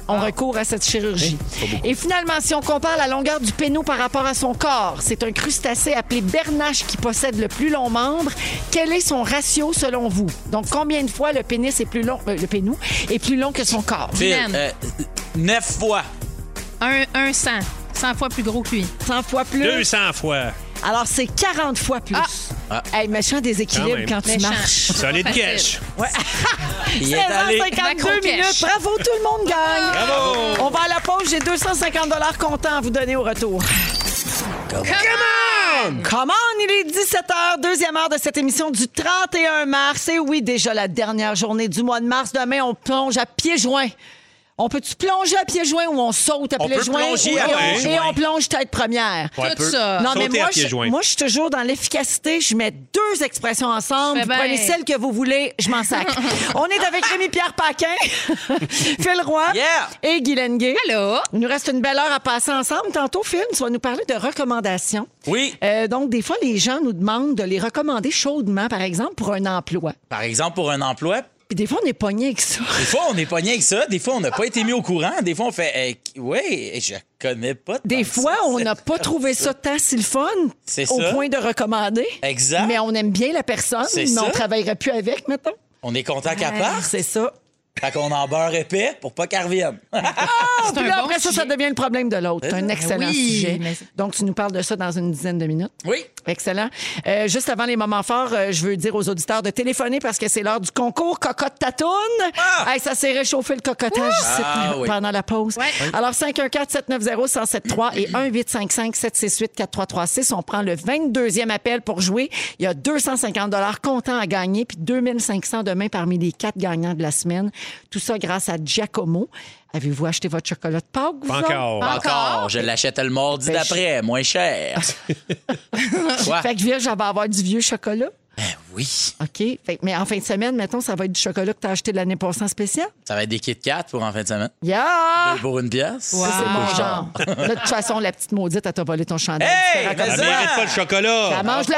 A: ont recours à cette chirurgie.
E: Eh,
A: Et finalement, si on compare la longueur du pénou par rapport à son corps, c'est un crustacé appelé bernache qui possède le plus long membre. Quel est son ratio selon vous? Donc, combien de fois le pénis est plus long, euh, le pénou est plus long que son corps?
E: Phil,
C: Guylaine.
E: euh, neuf fois.
C: Un, un 100. 100 fois plus gros que lui.
A: 100 fois plus.
D: 200 fois.
A: Alors, c'est 40 fois plus.
E: Ah.
A: Hey, méchant
D: Quand
A: déséquilibre
D: même.
A: quand tu
C: Méchant.
A: marches.
D: Solide
C: Facile.
D: cash.
E: Il est allé.
A: 16h52
C: Macro-cash.
A: minutes. Bravo, tout le monde gagne.
D: Bravo.
A: On va à la pause. J'ai 250 comptant à vous donner au retour. Come on, il est 17h, deuxième heure de cette émission du 31 mars. Et oui, déjà la dernière journée du mois de mars. Demain, on plonge à pieds joints. On peut-tu plonger à pieds joints ou on saute à
E: On
A: pieds
E: peut
A: joints?
E: plonger
A: et,
E: à
A: on,
E: pieds
A: et
E: joints.
A: on plonge tête première.
D: Ouais,
C: Tout
D: peu.
C: ça.
A: Non, mais
D: Sauter
A: moi,
D: à pieds
A: je,
D: joints.
A: moi, je suis toujours dans l'efficacité. Je mets deux expressions ensemble.
C: Je fais
A: Vous
C: bien.
A: prenez celle que vous voulez, je m'en sacre. On est avec Rémi-Pierre Paquin, Phil Roy
E: Yeah.
A: et Guy Lenguet.
C: Allô?
A: Il nous reste une belle heure à passer ensemble. Tantôt, Phil, tu vas nous parler de recommandations.
E: Oui.
A: Euh, donc, des fois, les gens nous demandent de les recommander chaudement, par exemple, pour un emploi.
E: Par exemple, pour un emploi,
A: Puis des fois, on est pogné avec ça.
E: Des fois, on est pogné avec ça. Des fois, on n'a pas été mis au courant. Des fois, on fait Oui, je connais pas. tant
A: Des
E: que
A: fois,
E: ça.
A: on n'a pas trouvé ça tant si le fun
E: C'est
A: au
E: ça.
A: point de recommander.
E: Exact.
A: Mais on aime bien la personne,
E: C'est
A: mais on
E: ça.
A: ne travaillerait plus avec, mettons.
E: On est content qu'elle parte.
A: Ah, C'est ça.
E: Fait qu'on en beurre épais pour pas qu'elle revienne.
C: C'est
A: Puis
C: un
A: Oh, là,
C: bon
A: après ça,
C: sujet. Euh,
A: ça devient le problème de l'autre. C'est un excellent
C: oui,
A: sujet.
C: mais-
A: Donc, tu nous parles de ça dans une dizaine de minutes.
E: oui.
A: Excellent. Euh, juste avant les moments forts, euh, je veux dire aux auditeurs de téléphoner parce que c'est l'heure du concours Cocotte Tatoune.
E: Ah!
A: Hey, ça s'est réchauffé le cocotage ici
E: Ah,
A: pendant
E: oui.
A: pendant la pause.
C: Ouais.
A: Alors 514-790-1073 et 1855-768-4336. On prend le 22e appel pour jouer. Il y a 250 comptant à gagner puis 2500 demain parmi les quatre gagnants de la semaine. Tout ça grâce à Giacomo. Avez-vous acheté votre chocolat de Pâques? vous
D: Pas
A: autres?
D: encore.
C: Encore?
E: Je l'achète le mardi
A: Ben, je-
E: d'après, moins cher. Quoi?
A: Fait que Virge, elle va avoir du vieux chocolat.
E: Ben oui.
A: OK. Fait que- mais en fin de semaine, mettons, ça va être du chocolat que tu as acheté l'année passée en spécial.
E: Ça va être des Kit Kat pour en fin de semaine.
A: Yeah!
E: Pour une pièce.
A: Ça, c'est
C: Wow.
A: mon genre. Là, de toute façon, la petite maudite, elle t'a volé ton chandail.
E: Hey,
A: Tu fais
E: mais
D: Elle
A: raconter.
E: ça-
D: mérite pas le
A: Elle
D: chocolat.
A: mange la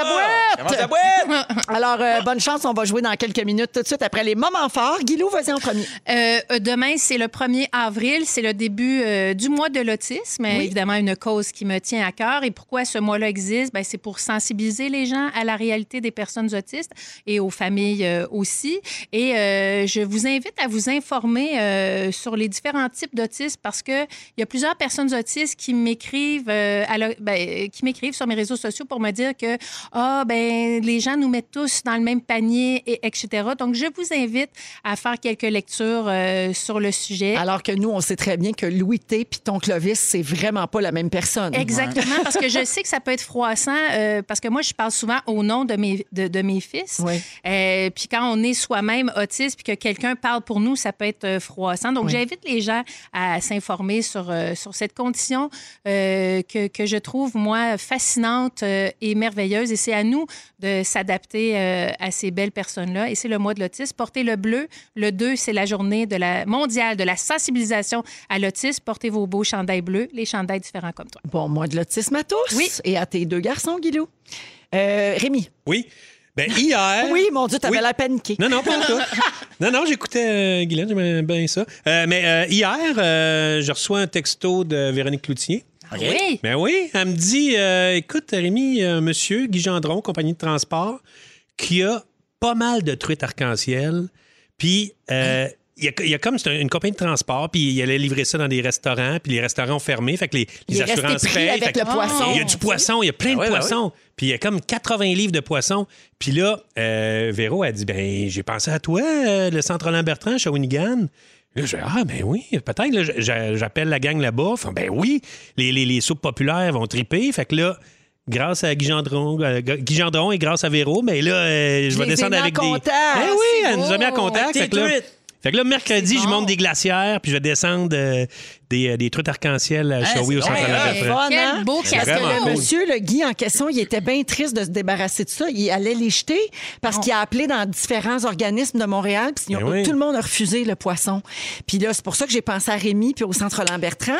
E: Comment ça
A: boîte!
E: boîte?
A: Alors, euh, bonne chance, on va jouer dans quelques minutes tout de suite après les moments forts. Guilou, vas-y en premier.
C: Euh, euh, demain, c'est le 1er avril, c'est le début euh, du mois de l'autisme. Évidemment, une cause qui me tient à cœur. Et pourquoi ce mois-là existe? Ben, c'est pour sensibiliser les gens à la réalité des personnes autistes et aux familles euh, aussi. Et euh, je vous invite à vous informer euh, sur les différents types d'autisme parce que il y a plusieurs personnes autistes qui m'écrivent euh, à la- ben, euh, qui m'écrivent sur mes réseaux sociaux pour me dire que ah ben les gens nous mettent tous dans le même panier et etc. Donc je vous invite à faire quelques lectures euh, sur le sujet.
A: Alors que nous, on sait très bien que Louis T puis ton Clovis, c'est vraiment pas la même personne.
C: Exactement, parce que je sais que ça peut être froissant, euh, parce que moi, je parle souvent au nom de mes, de, de mes fils.
A: Oui.
C: Euh, puis quand on est soi-même autiste, puis que quelqu'un parle pour nous, ça peut être euh, froissant. Donc,
A: Oui.
C: j'invite les gens à s'informer sur, euh, sur cette condition euh, que, que je trouve, moi, fascinante euh, et merveilleuse. Et c'est à nous de s'adapter euh, à ces belles personnes-là. Et c'est le mois de l'autisme. Portez le bleu. Le 2, c'est la journée de la mondiale de la sensibilisation à l'autisme. Portez vos beaux chandails bleus, les chandails différents comme toi.
A: Bon, moi de l'autisme à tous.
C: Oui.
A: Et à tes deux garçons, Guilou. Euh, Rémi.
D: Oui. Ben, hier.
A: Oui, mon Dieu, t'avais
D: Oui.
A: l'air paniqué.
D: Non, non, pas en tout. Non, non, j'écoutais euh, Guylaine, j'aimais bien ça. Euh, mais euh, hier, euh, je reçois un texto de Véronique Cloutier.
E: OK.
C: Ah Oui!
D: Ben oui, elle me dit euh, écoute, Rémi, euh, monsieur Guy Gendron, compagnie de transport, qui a pas mal de truites arc-en-ciel, puis euh, Il y, a, il y a comme c'est un- une compagnie de transport, puis il allait livrer ça dans des restaurants, puis les restaurants ont fermé, fait que les, les
A: Il est resté
D: assurances
A: pris
D: payent.
A: avec
D: fait que-
A: le poisson.
D: il y a du poisson, il y a plein
E: Ah
D: de
E: ouais, bah
D: poissons. Puis il y a comme 80 livres de poissons. Puis là, euh, Véro a dit ben j'ai pensé à toi, euh, le centre Roland Bertrand, Shawinigan. Là, je dis, ah, ben oui, peut-être. là, j'a- J'appelle la gang là-bas. Font, ben oui, les, les, les soupes populaires vont triper. Fait que là, grâce à Guy Gendron, euh, Guy Gendron et grâce à Véro, ben là, euh, je
A: Je
D: vais
A: les ai
D: descendre
A: mis en
D: avec des.
A: contact.
D: Ben oui,
C: C'est
D: elle nous a mis en
C: beau.
D: contact. Fait que là,
E: T'es
D: fait que là, mercredi,
C: C'est
D: je
C: bon.
D: monte des glacières, puis je vais descendre euh, des, euh, des trucs arc-en-ciel à
E: Hein,
D: Shawi
E: c'est
D: au centre
E: bien,
D: Roland
E: hein?
D: Bertrand.
A: Fun,
C: Quel
A: hein?
C: beau
A: Parce
D: cadeau.
A: que le
D: Vraiment.
A: monsieur, le Guy en question, il était bien triste de se débarrasser de ça. Il allait les jeter
C: Oh.
A: parce qu'il a appelé dans différents organismes de Montréal. Puis ils ont-
D: Ben oui.
A: tout le monde a refusé le poisson. Puis là, c'est pour ça que j'ai pensé à Rémi puis au Centre Lambertrand.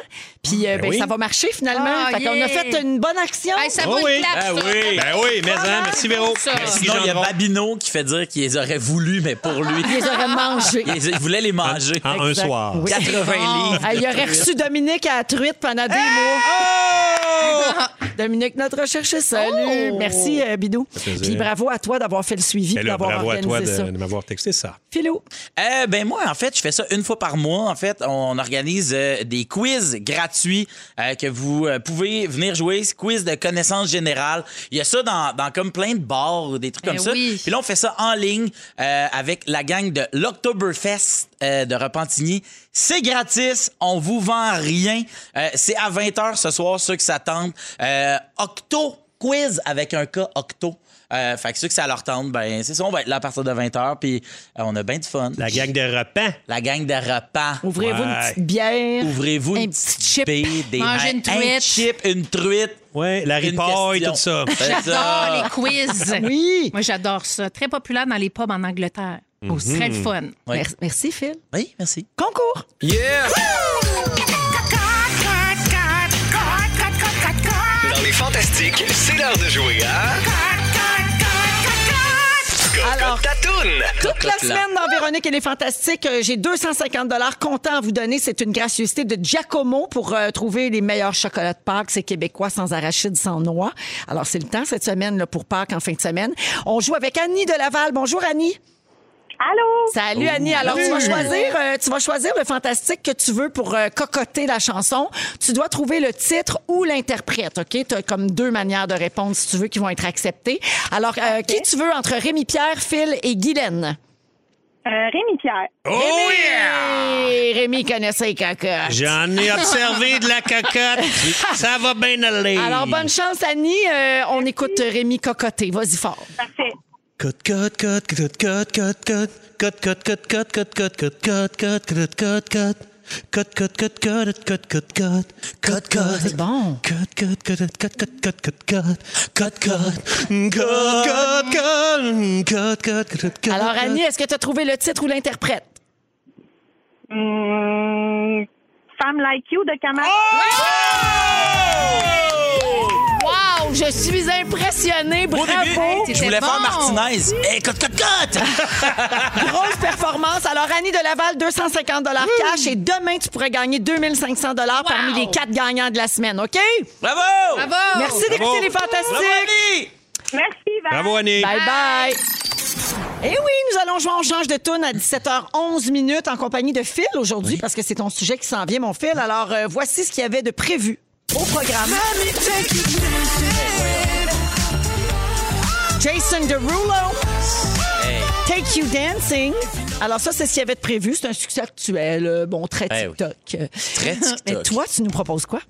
A: Puis euh,
D: Ben
A: ben,
D: oui.
A: ça va marcher finalement.
C: Ah,
A: fait qu'on a
C: yeah.
A: fait une bonne action.
C: Hey, ça
D: Oh
C: vaut
D: oui.
C: une clap,
E: Ah
C: ça.
E: oui.
D: Ben oui, mais hein, merci Véro.
C: Ça.
D: Merci Guy
E: Sinon, il y a
D: Gendron.
E: Babino qui fait dire qu'ils les auraient voulu, mais pour lui.
A: Ils les auraient mangés.
E: Il il voulait les manger.
D: En un
A: Exact.
D: soir.
A: Oui.
E: 80 livres.
A: Ah, il aurait reçu Dominique à la truite pendant des mois.
D: Oh!
A: Dominique, notre recherche, salut. Merci, euh, Bidou.
D: plaisir.
A: Puis bravo à toi d'avoir fait le suivi
D: Ben
A: et
D: là,
A: d'avoir
D: bravo à
A: organisé
D: toi
A: ça.
D: de, de m'avoir texté ça.
A: Philo.
E: Euh, ben moi, en fait, je fais ça une fois par mois. En fait, on organise euh, des quiz gratuits euh, que vous euh, pouvez venir jouer. C'est Quiz de connaissances générales. Il y a ça dans, dans comme plein de bars ou des trucs
C: Eh
E: comme ça.
C: oui.
E: Puis là, on fait ça en ligne euh, avec la gang de l'Octoberfest euh, de Repentigny. C'est gratis. On vous vend rien. Euh, C'est à 20h ce soir, ceux qui s'attendent. Euh, Octo quiz avec un cas Octo. Euh, fait que ceux que ça leur tente, ben c'est ça, on va être là à partir de 20h, puis euh, on a bien du fun.
D: La gang de repas.
E: La gang de repas.
A: Ouvrez-vous une
D: Ouais.
A: petite bière.
E: Ouvrez-vous
A: Un
E: une
A: petit
E: petite
A: chip.
E: bille, des
C: Mangez une
E: un
C: truite.
E: chip, une truite.
D: Ouais, la
E: une
D: ripaille,
E: question.
D: tout ça.
E: C'est ça.
C: J'adore les quiz.
A: Oui.
C: Moi, j'adore ça. Très populaire dans les pubs en Angleterre. Aussi. Très le fun.
E: Oui.
A: Merci, merci, Phil.
E: Oui, merci.
A: Concours.
F: Dans les fantastiques, c'est l'heure de jouer à.
A: Alors-
F: Cocotatoune.
A: Toute la
E: Cocotte là.
A: semaine dans Véronique et les Fantastiques, euh, j'ai 250 dollars comptant à vous donner. C'est une gracieuseté de Giacomo pour euh, trouver les meilleurs chocolats de Pâques. C'est québécois sans arachides, sans noix. Alors, c'est le temps cette semaine là, pour Pâques en fin de semaine. On joue avec Annie de Laval. Bonjour, Annie.
G: Allô?
A: Salut Annie. Alors tu vas choisir, euh, tu vas choisir le fantastique que tu veux pour euh, cocoter la chanson. Tu dois trouver le titre ou l'interprète. Ok, tu as comme deux manières de répondre si tu veux qui vont être acceptées. Alors euh, qui tu veux entre Rémi Pierre, Phil et Guylaine
G: Euh, Rémi Pierre.
D: Oh
A: Rémi!
D: yeah!
A: Rémi connaît ça les cocottes.
D: J'en ai observé de la cocotte. Ça va bien aller.
A: Alors bonne chance Annie. Euh, on écoute Rémi cocoter. Vas-y fort.
G: Parfait.
D: Cote, cote, cote, cote, cote, cote, cote. Cote, cote, cote, cote, cote, cote, cote, cote, cote, cote, cote, cote. Cote, cote, cote, cote, cote, cote, cote. Cote, cote.
A: C'est bon.
D: Cote, cote, cote, cote, cote, cote, cote, cote. Cote, cote. Cote, cote, cote. Cote, cote, cote, cote,
A: Alors
D: cote.
A: Annie, est-ce que tu as trouvé le titre ou l'interprète
G: Hum, Femme like you de Kamal.
A: Oh! Wow, je suis impressionnée.
E: Au
A: Bravo.
E: début,
C: t'étais
E: je voulais
C: bon.
E: faire Martinez. Hey, cote, cote, cote!
A: Grosse performance. Alors, Annie de Laval, 250 cash. Et demain, tu pourrais gagner 2500 dollars parmi les quatre gagnants de la semaine, OK?
E: Bravo!
C: Bravo!
A: Merci d'écouter Les
E: Bravo,
A: Fantastiques.
E: Annie!
G: Merci, Val.
D: Bravo, Annie.
A: Bye-bye. Et Eh oui, nous allons jouer On change de tune à 17h11 minutes en compagnie de Phil aujourd'hui parce que c'est ton sujet qui s'en vient, mon Phil. Alors, euh, voici ce qu'il y avait de prévu au programme. Jason Derulo.
E: Hey.
A: Take You Dancing. Alors ça, c'est ce qu'il y avait de prévu. C'est un succès actuel, euh, bon, très
E: Eh oui.
A: TikTok.
E: Très TikTok.
A: Mais toi, tu nous proposes quoi?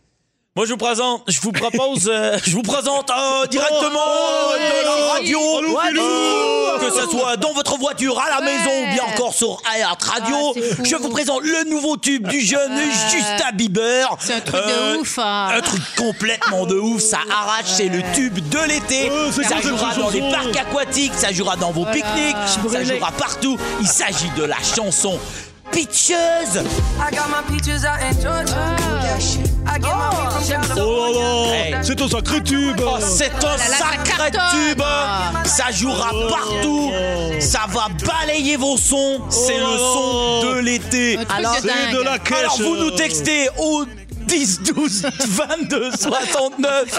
E: Moi, je vous présente, je vous propose, euh, je vous présente
D: Oh,
E: euh, directement euh, de la radio,
D: oh,
E: euh, que ce soit dans votre voiture, à la maison ou bien encore sur Air Radio.
C: Ah, c'est fou.
E: je vous présente le nouveau tube du jeune Justin Bieber. Euh,
C: C'est un truc de ouf. ah.
E: Un truc complètement de ouf, ça arrache, c'est le tube de l'été. ça jouera dans les parcs aquatiques, ça jouera dans vos pique-niques, ça jouera partout. Il s'agit de la chanson Pitcheuse.
H: I got my peaches out in Georgia. Yeah, shit. I get my weed from California.
E: Hey.
D: C'est ton sacré
A: Ah,
D: tube.
E: Oh, c'est Eh, un sacré
C: cartonne.
E: tube! Ça jouera partout! Ça va balayer vos sons! C'est le son de l'été!
C: Un truc
A: Alors,
C: de dingue.
E: Alors, vous nous textez au 10 12 22 69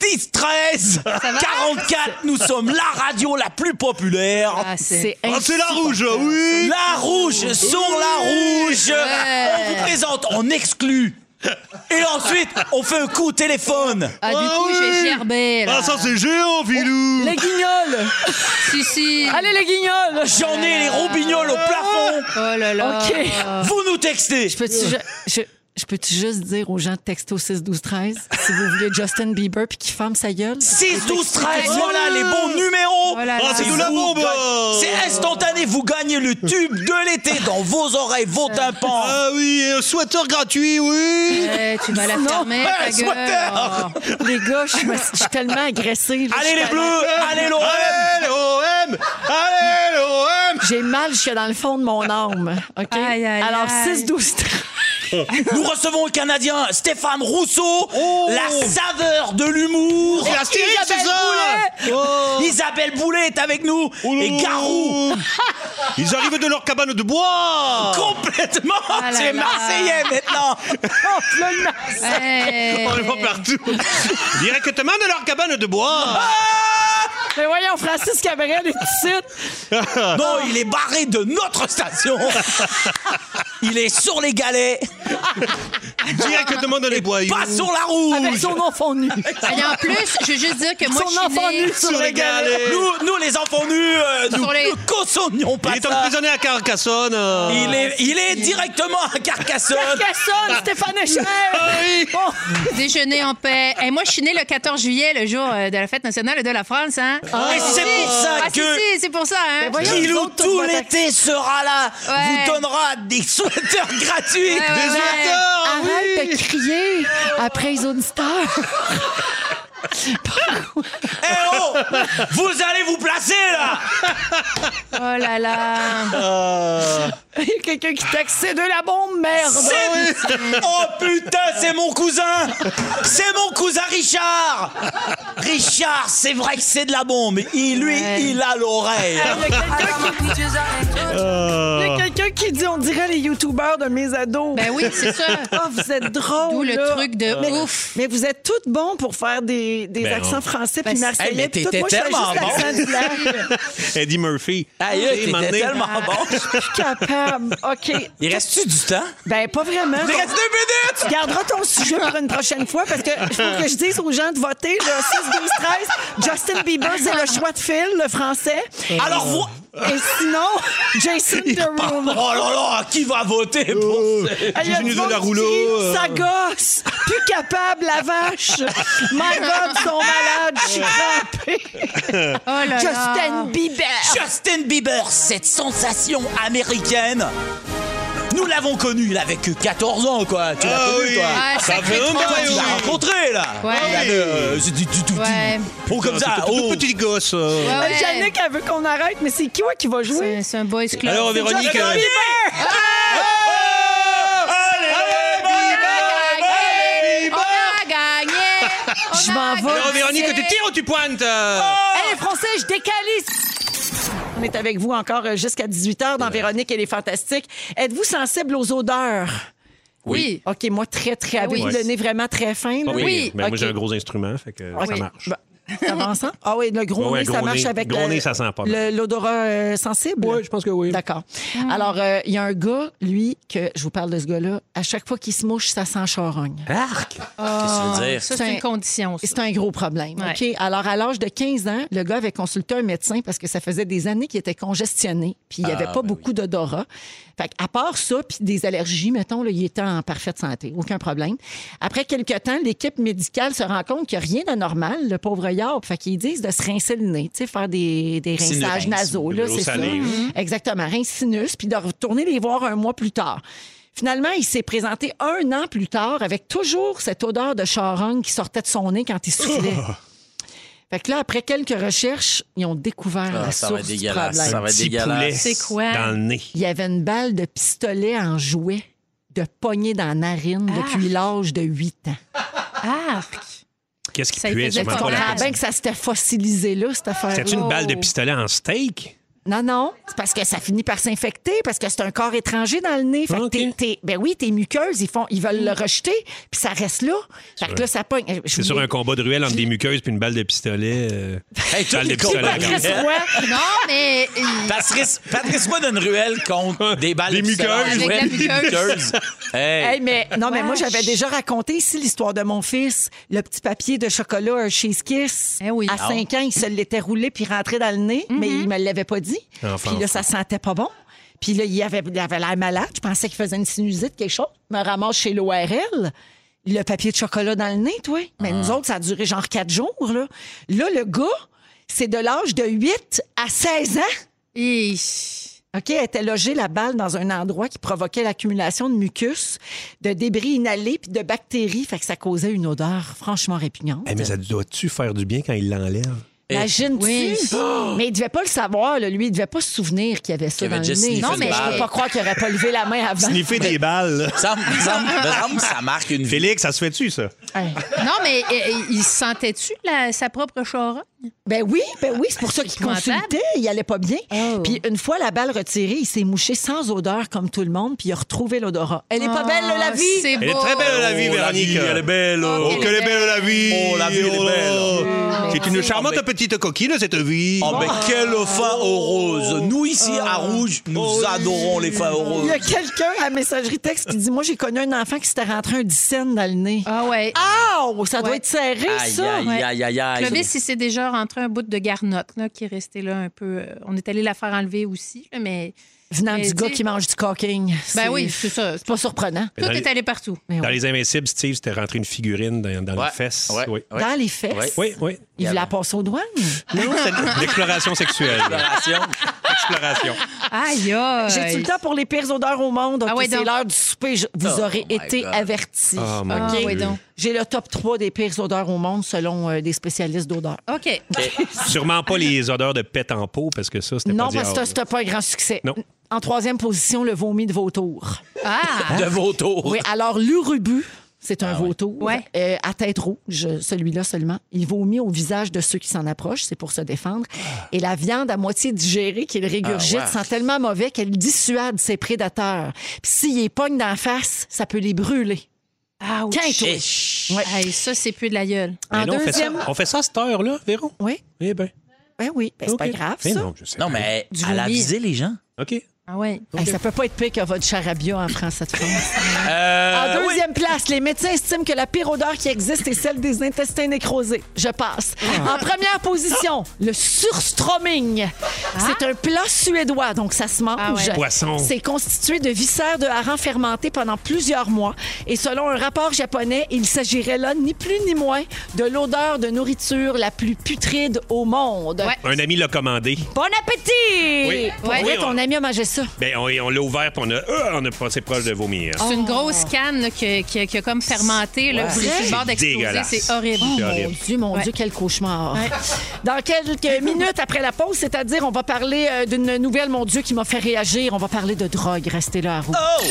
E: 10, 13, 44, nous sommes la radio la plus populaire.
C: Ah, c'est-
A: C'est
D: Ah, c'est la rouge, oui!
E: La rouge sur la rouge. On vous présente, on exclut. Et ensuite, on fait un coup au téléphone.
C: Ah, du
D: Ah
C: coup, j'ai
D: oui!
C: gerbé. là.
D: Ah, ça, c'est géant, filou!
A: Les guignols!
C: Si, si.
A: Allez, les guignols!
E: J'en ai les roubignoles au plafond.
C: Oh là là.
A: OK.
C: Ah.
E: Vous nous textez.
A: Je peux-tu ju- je, je peux-tu juste dire aux gens de texto 6 12 13 si vous voulez Justin Bieber puis qu'il ferme sa gueule?
E: 6, 12, 13, voilà les bons numéros.
C: Voilà,
D: Ah,
C: là.
D: c'est
E: Et
D: de la
E: vous
D: bombe!
E: gagnez- C'est instantané, vous gagnez le tube de l'été dans vos oreilles, vos tympans.
D: Ah oui, un sweater gratuit, oui!
C: Eh, tu vas la
A: Non.
C: fermer, ta
E: Hey, sweater.
C: gueule. Oh.
A: Les gars, je suis ma- je suis tellement agressée. là, je
E: Allez
A: suis
E: les
A: pas-
E: bleus, allez l'OM.
D: Allez, l'OM! Allez, l'OM!
A: J'ai mal jusque dans le fond de mon âme. OK?
C: Aïe, aïe,
A: Alors,
C: aïe.
A: 6 12 13
E: Nous recevons le Canadien Stéphane Rousseau,
D: Oh.
E: la saveur de l'humour.
D: C'est la style, c'est ça! Oh.
E: Isabelle Boulay est avec nous et Garou
D: Ils arrivent de leur cabane de bois! Ah
E: complètement
C: là
E: c'est
C: là.
E: marseillais maintenant
C: Eh.
D: On les voit partout! Directement de leur cabane de bois!
A: Mais voyons, Francis Cabrel est ici.
D: Ah.
E: non il est barré de notre station il est sur les galets
D: Directement dans les bois!
E: pas sur la roue
A: Avec son enfant nu.
C: Eh. Et en plus, je veux juste dire que moi,
A: Son
C: je suis
A: enfant
C: née...
A: nu sur les galets.
E: nous, nous les enfants nus euh, nous
C: Sur les-
E: ne consommons pas
D: Il est
E: ça.
D: emprisonné à Carcassonne! euh.
E: il est, il est directement à Carcassonne
A: Carcassonne, Stéphane Echer!
C: Déjeuner en paix. Et moi, je suis née le 14 juillet, le jour euh, de la fête nationale de la France. Hein?
E: et c'est pour ça
C: Ah, si,
E: que
C: si, c'est pour ça. Hein?
A: voyons, nous
E: Pilou
A: autres, on
E: tout
A: va
E: l'été sera là
C: Ouais.
E: vous donnera des sweaters gratuits
C: Eh Ouais, ouais, ouais.
D: Ah, oui.
A: Arrête de crier après les auditeurs.
E: Eh oh Vous allez vous placer là
C: Ah Oh là là.
A: Il y a quelqu'un qui texte, c'est de la bombe,
C: bah
A: merde!
E: C'est- Oh putain, c'est mon cousin C'est mon cousin Richard Richard, c'est vrai que c'est de la bombe. Il, lui,
C: Ouais.
E: il a l'oreille.
D: Ah.
A: Il y a quelqu'un qui dit, on dirait les youtubeurs de mes ados.
C: Ben oui, c'est ça.
A: Ah, vous êtes drôle.
C: D'où le
A: là.
C: truc de
D: Euh,
A: mais,
C: ouf.
A: Mais vous êtes toutes bons pour faire des, des
D: Ben,
A: accents
D: on-
A: français
C: Ben,
A: puis
C: c'est-
A: marseillais.
E: Hey, mais
A: puis tout.
E: t'étais
A: Moi, je fais
E: tellement
A: juste l'accent du lac.
D: Eddie Murphy!
E: Aïe,
D: Tu sais,
E: t'étais
D: maintenant-
C: Ah.
E: tellement bon.
A: Capable. OK.
E: Il reste-tu du temps?
A: Ben, pas vraiment.
E: Il reste deux
A: Tu garderas ton sujet pour une prochaine fois parce que il faut que je dise aux gens de voter le 6, 12, 13. Justin Bieber, c'est le choix de Phil, le français.
E: minutes! Alors vous...
A: Et sinon, Jason Derulo.
E: Oh là là, qui va voter pour ça?
A: Ah, il y a
D: Jésus
A: du monde
D: nous donne la
A: qui
D: rouleau,
A: crie,
D: euh.
A: Ça gosse. Plus capable, la vache. My God, ils sont malades. Je suis crampée.
C: Oh là
A: Ah,
C: là.
A: Justin Bieber.
E: Justin Bieber, cette sensation américaine. Nous l'avons connu, il avait que 14 ans, quoi. Tu l'as
D: Ah
E: connu,
D: oui.
E: toi.
C: Ah,
D: Ça fait un
C: sacré
E: Toi, tu
D: bail,
E: l'as
D: oui.
E: rencontré, là.
C: Ouais.
E: Il avait, euh, c'est du tout petit.
C: Ouais.
E: Pour comme ça.
D: Ah, C'est tout
E: Oh.
D: petit gosse! ça.
C: Ouais, ouais.
A: Yannick, elle veut qu'on arrête, mais c'est qui ouais, qui va jouer?
C: C'est- C'est un boys club.
D: Alors, Véronique.
A: Justin
D: euh,
A: Bieber.
C: On a gagné. On
A: Je
C: a
A: m'en vais.
C: gagné.
D: Alors, Véronique, tu tires ou tu pointes? euh?
A: Hey, français, je décalise. Ah! On est avec vous encore euh, jusqu'à 18h dans Véronique et les Fantastiques. Êtes-vous sensible aux odeurs?
C: Oui.
A: OK, moi, très, très.
C: oui.
A: Avez-vous le nez vraiment très fin? là?
D: Ah Oui,
C: Oui,
D: mais
A: ok.
D: moi j'ai un gros instrument, fait que ça
A: Ok.
D: marche.
A: Ben, ça va ensemble? Ah oui, le gros
D: Ouais, ouais,
A: nez, ça
D: gros
A: marche
D: nez.
A: avec
D: Gros
A: le-
D: nez, ça sent pas
A: le- l'odorat euh, sensible.
D: Ouais, je pense que oui.
A: D'accord. Alors, euh, il y a un gars, lui, que je vous parle de ce gars-là, à chaque fois qu'il se mouche, ça sent charogne.
D: Arc!
E: Qu'est-ce que tu veux dire?
A: C'est
C: Ça, c'est
A: un-
C: une condition. ça.
A: C'est un gros problème.
C: Ouais.
A: OK? Alors, à l'âge de 15 ans, le gars avait consulté un médecin parce que ça faisait des années qu'il était congestionné, puis il n'y avait pas beaucoup d'odorat. Fait à part ça, puis des allergies, mettons, là, il était en parfaite santé, aucun problème. Après quelques temps, l'équipe médicale se rend compte qu'il n'y a rien d'anormal, le pauvre Yard. Fait qu'ils disent de se rincer le nez, tu sais, faire des, des
E: Sinus.
A: rinçages nasaux, là,
D: L'eau
A: c'est ça. Mhm.
D: salée,
A: Exactement, rince sinus, puis de retourner les voir un mois plus tard. Finalement, il s'est présenté un an plus tard avec toujours cette odeur de charogne qui sortait de son nez quand il soufflait. Fait que là, après quelques recherches, ils ont découvert
E: Ah,
A: la
E: ça va
A: source
E: être
A: du
E: dégueulasse,
A: problème.
E: ça va être
D: Petit
E: dégueulasse.
D: poulet
C: C'est quoi?
D: Dans le nez.
A: Il y avait une balle de pistolet en jouet de poignée dans la narine
E: Ah.
A: depuis l'âge de 8 ans.
C: Ah,
D: Qu'est-ce qui
C: Ça y
D: puait?
C: faisait
D: Sûrement
C: pas
D: pas la
C: mal.
A: Ah,
D: personne.
A: ben que ça s'était fossilisé là, cette affaire
D: C'était une balle de pistolet en steak?
A: Non, non. C'est parce que ça finit par s'infecter, parce que c'est un corps étranger dans le nez. Fait que
D: Ok.
A: t'es- t'es- ben oui, tes muqueuses, ils, font, ils veulent le rejeter, puis ça reste là. Fait que là, ça pogne. Je
D: C'est
A: vous
D: sur
A: l'ai-
D: un combat de ruelle entre des muqueuses puis une balle de pistolet. euh,
E: Hey, tous
D: balle de
E: les combats
D: pistolet.
E: de
D: à gaz.
E: ruelle.
C: Non, mais.
E: Patrice, Patrice Roy d'une ruelle contre des balles
D: Des
E: de pistolet.
D: muqueuses.
C: Avec la
E: Ouais, des
C: muqueuse.
E: muqueuses. Hey.
A: Hey, mais, non, mais moi,
C: Wesh.
A: j'avais déjà raconté ici l'histoire de mon fils. Le petit papier de chocolat Hershey's Kiss.
C: Eh oui. Mm-hmm.
A: À 5 ans, il se l'était roulé puis rentré dans le nez, mais il me l'avait pas dit.
D: Enfant,
A: puis là, ça sentait pas bon. Puis là, il avait il avait l'air malade. Je pensais qu'il faisait une sinusite, quelque chose. Je me ramasse chez l'ORL. Le papier de chocolat dans le nez, toi. Mais nous autres, ça a duré genre 4 jours, là. Là, le gars, c'est de l'âge de 8 à 16 ans.
C: Et...
A: OK, elle était logée la balle dans un endroit qui provoquait l'accumulation de mucus, de débris inhalés puis de bactéries, fait que ça causait une odeur franchement répugnante.
D: Hey, Eh, mais ça doit-tu faire du bien quand il l'enlève?
A: Imagine-tu?
C: Oui.
A: Mais il devait pas le savoir, là, lui, il devait pas se souvenir qu'il y avait ça
E: Qu'il
A: dans
E: avait
A: le
E: juste
A: nez.
E: sniffé
C: Non, une mais-
A: je peux
C: balle.
A: pas croire qu'il aurait pas levé la main avant.
D: Sniffer des balles. là.
E: Ça me- ça me- me semble que ça marque une vie.
D: Félix, ça se fait-tu, ça?
A: Hey.
C: Non, mais euh, il sentait-tu la- sa propre charogne?
A: Ben oui, ben oui, c'est pour ça qu'il
C: Ah, épouvantable.
A: consultait, il allait pas bien.
C: Oh.
A: Puis une fois la balle retirée, il s'est mouché sans odeur comme tout le monde, puis il a retrouvé l'odorat. Elle est pas belle la vie.
C: Ah, C'est beau.
D: Elle est très belle, la vie,
E: Oh, la vie,
D: Véronique.
E: elle est belle.
D: Oh,
E: oh.
D: que est belle la vie!
E: Oh, la vie, elle est belle.
D: là. C'est une charmante
E: Oh, ben-
D: petite coquine, cette vie.
E: Oh, ben, quelle fin aux roses. Nous, ici, à Rouge, nous adorons les fins aux
A: Ah. Oh,
E: roses.
A: Il y a quelqu'un à messagerie texte qui dit Moi, j'ai connu un enfant qui s'était rentré un dixaine dans le nez.
C: Ah ouais.
A: Ah, ça doit
C: Ouais.
A: être serré,
E: Aïe,
A: ça.
E: aïe, aïe, aïe, aïe.
C: Clovis, il s'est déjà rentré un bout de garnotte là, qui est resté là un peu. euh, On est allé la faire enlever aussi, là, mais
A: Venant
C: Mais
A: du gars
C: dis-
A: qui mange du cocking.
C: ben oui, c'est ça.
A: C'est pas surprenant.
C: Tout
D: dans
C: est
D: les-
C: allé partout.
A: Mais
D: Dans
A: oui.
D: Les Invincibles, Steve, c'était rentré une figurine dans, dans
E: Ouais,
D: les fesses.
E: ouais,
D: Oui,
E: ouais.
A: Dans les fesses.
D: oui. oui.
A: Il voulait la passer aux douanes.
D: Non, c'était l'exploration sexuelle.
E: Exploration.
D: Exploration.
C: Aïe, aïe.
A: J'ai tout le temps pour les pires odeurs au monde.
C: Ah
A: OK,
C: ouais,
A: c'est
C: donc.
A: l'heure du souper. Je- Vous
E: Oh
A: aurez
E: my
A: été
E: God.
A: avertis.
D: Oh, mon
C: Ah,
A: OK?
C: ouais, donc.
A: J'ai le top 3 des pires odeurs au monde selon euh, des spécialistes d'odeurs.
C: OK.
D: Sûrement pas les odeurs de pète en peau, parce que ça, c'était
A: Non,
D: pas
A: parce que
D: diable.
A: c'était pas un grand succès.
D: Non.
A: En troisième position, le vomi de vautour.
C: Ah!
E: De vautour.
A: Oui, alors l'urubu, c'est un vautour
C: Ouais.
A: euh, à tête rouge, celui-là seulement. Il vomit au visage de ceux qui s'en approchent, c'est pour se défendre. Et la viande à moitié digérée qu'il régurgite
E: Ah, ouais.
A: sent tellement mauvais qu'elle dissuade ses prédateurs. Puis s'il les pogne d'en face, ça peut les brûler.
C: Ah, ouch.
A: Quinte, oui.
E: Chut.
A: Ouais.
C: Aïe, ça, c'est plus de la gueule.
D: Mais
A: En
D: non, on, fait ça,
A: deuxième...
D: on fait ça à cette heure-là, Véron?
A: Oui,
D: Eh bien.
A: ben oui, ben, c'est pas
D: OK.
A: grave,
D: Eh
A: ça.
D: non, je sais.
E: Non, mais
C: Du
E: elle a
C: vomi.
E: avisé les gens.
D: OK.
C: Ah ouais.
A: Hey, ça peut pas être pire que votre charabia en France, cette fois.
E: Euh,
A: en deuxième place, les médecins estiment que la pire odeur qui existe est celle des intestins nécrosés. Je passe. En première position, le surstroming. C'est un plat suédois, donc ça se mange.
C: Ah ouais.
D: Poisson.
A: C'est constitué de viscères de hareng fermentés pendant plusieurs mois. Et selon un rapport japonais, il s'agirait là, ni plus ni moins, de l'odeur de nourriture la plus putride au monde.
C: Ouais.
D: Un ami l'a commandé.
A: Bon appétit!
D: Oui.
A: Pour
C: Ouais.
A: vrai,
D: Oui, on-
A: ton ami a mangé ça.
D: Ben, on, on l'a ouvert, puis on a, euh, on a passé proche de vomir.
A: Oh,
C: C'est une grosse canne là, qui, qui- qui a comme fermenté. Là, vous
A: C'est
C: êtes sur le bord d'exploser.
D: dégueulasse.
C: C'est horrible.
D: C'est
A: Mon
D: horrible.
A: Dieu, mon
C: Ouais.
A: Dieu, quel cauchemar. Dans quelques minutes après la pause, c'est-à-dire, on va parler euh, d'une nouvelle, mon Dieu, qui m'a fait réagir. On va parler de drogue. Restez là à rouge. Oh!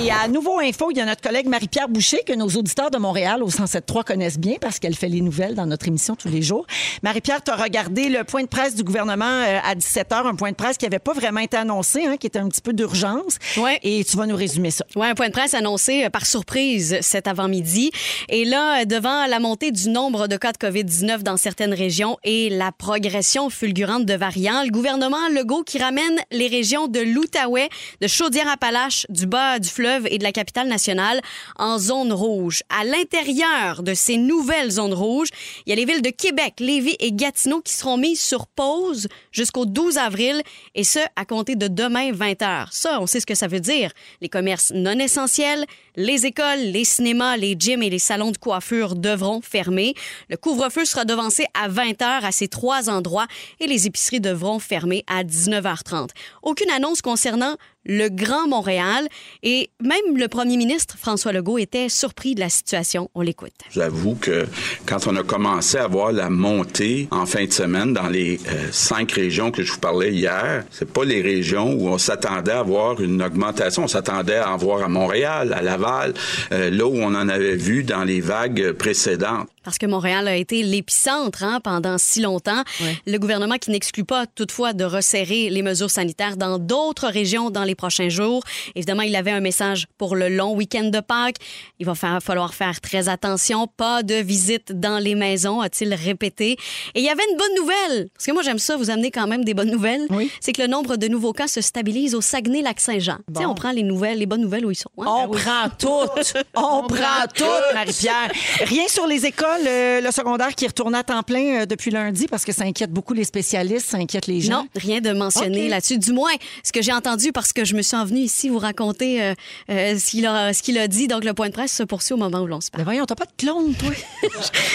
A: Et à Nouveau Info, il y a notre collègue Marie-Pierre Boucher, que nos auditeurs de Montréal au 107.3 connaissent bien parce qu'elle fait les nouvelles dans notre émission tous les jours. Marie-Pierre, tu as regardé le point de presse du gouvernement euh, à 17h, un point de presse qui n'avait pas vraiment été annoncé, hein, qui était un petit peu d'urgence.
I: Ouais.
A: Et tu vas nous résumer ça.
I: Ouais, un point de presse annoncé euh, par surprise cet avant-midi. Et là, euh, devant la montée du nombre de cas de COVID-19 dans certaines régions et la progression fulgurante de variants, le gouvernement Legault qui ramène les régions de l'Outaouais, de Chaudière-Appalaches, du bas du fleuve et de la capitale nationale en zone rouge. À l'intérieur de ces nouvelles zones rouges, il y a les villes de Québec, Lévis et Gatineau qui seront mises sur pause jusqu'au 12 avril et ce, à compter de demain 20 h. Ça, on sait ce que ça veut dire. Les commerces non essentiels, les écoles, les cinémas, les gyms et les salons de coiffure devront fermer. Le couvre-feu sera devancé à 20 h à ces trois endroits et les épiceries devront fermer à 19h30. Aucune annonce concernant le Grand Montréal et même le premier ministre François Legault était surpris de la situation. On l'écoute.
J: J'avoue que quand on a commencé à voir la montée en fin de semaine dans les euh, cinq régions que je vous parlais hier, c'est pas les régions où on s'attendait à voir une augmentation. On s'attendait à en voir à Montréal, à Laval, euh, là où on en avait vu dans les vagues précédentes.
I: parce que Montréal a été l'épicentre hein, pendant si longtemps.
A: Ouais.
I: Le gouvernement qui n'exclut pas toutefois de resserrer les mesures sanitaires dans d'autres régions dans les prochains jours. Évidemment, il avait un message pour le long week-end de Pâques. Il va fa- falloir faire très attention. Pas de visite dans les maisons, a-t-il répété. Et il y avait une bonne nouvelle, parce que moi j'aime ça, vous amener quand même des bonnes nouvelles.
A: Oui.
I: C'est que le nombre de nouveaux cas se stabilise au Saguenay-Lac-Saint-Jean. Tu sais, on prend les nouvelles, les bonnes nouvelles où ils sont. hein?
A: On prend tout. On prend tout, Marie-Pierre. Rien sur les écoles, euh, le secondaire qui retourne à temps plein euh, depuis lundi parce que ça inquiète beaucoup les spécialistes, ça inquiète les gens.
I: Non, rien de mentionné
A: OK.
I: là-dessus. Du moins, ce que j'ai entendu parce que je me suis envenue ici vous raconter euh, euh, ce qu'il a, ce qu'il a dit. Donc, le point de presse se poursuit au moment où l'on se parle.
A: Mais voyons, t'as pas de clone, toi.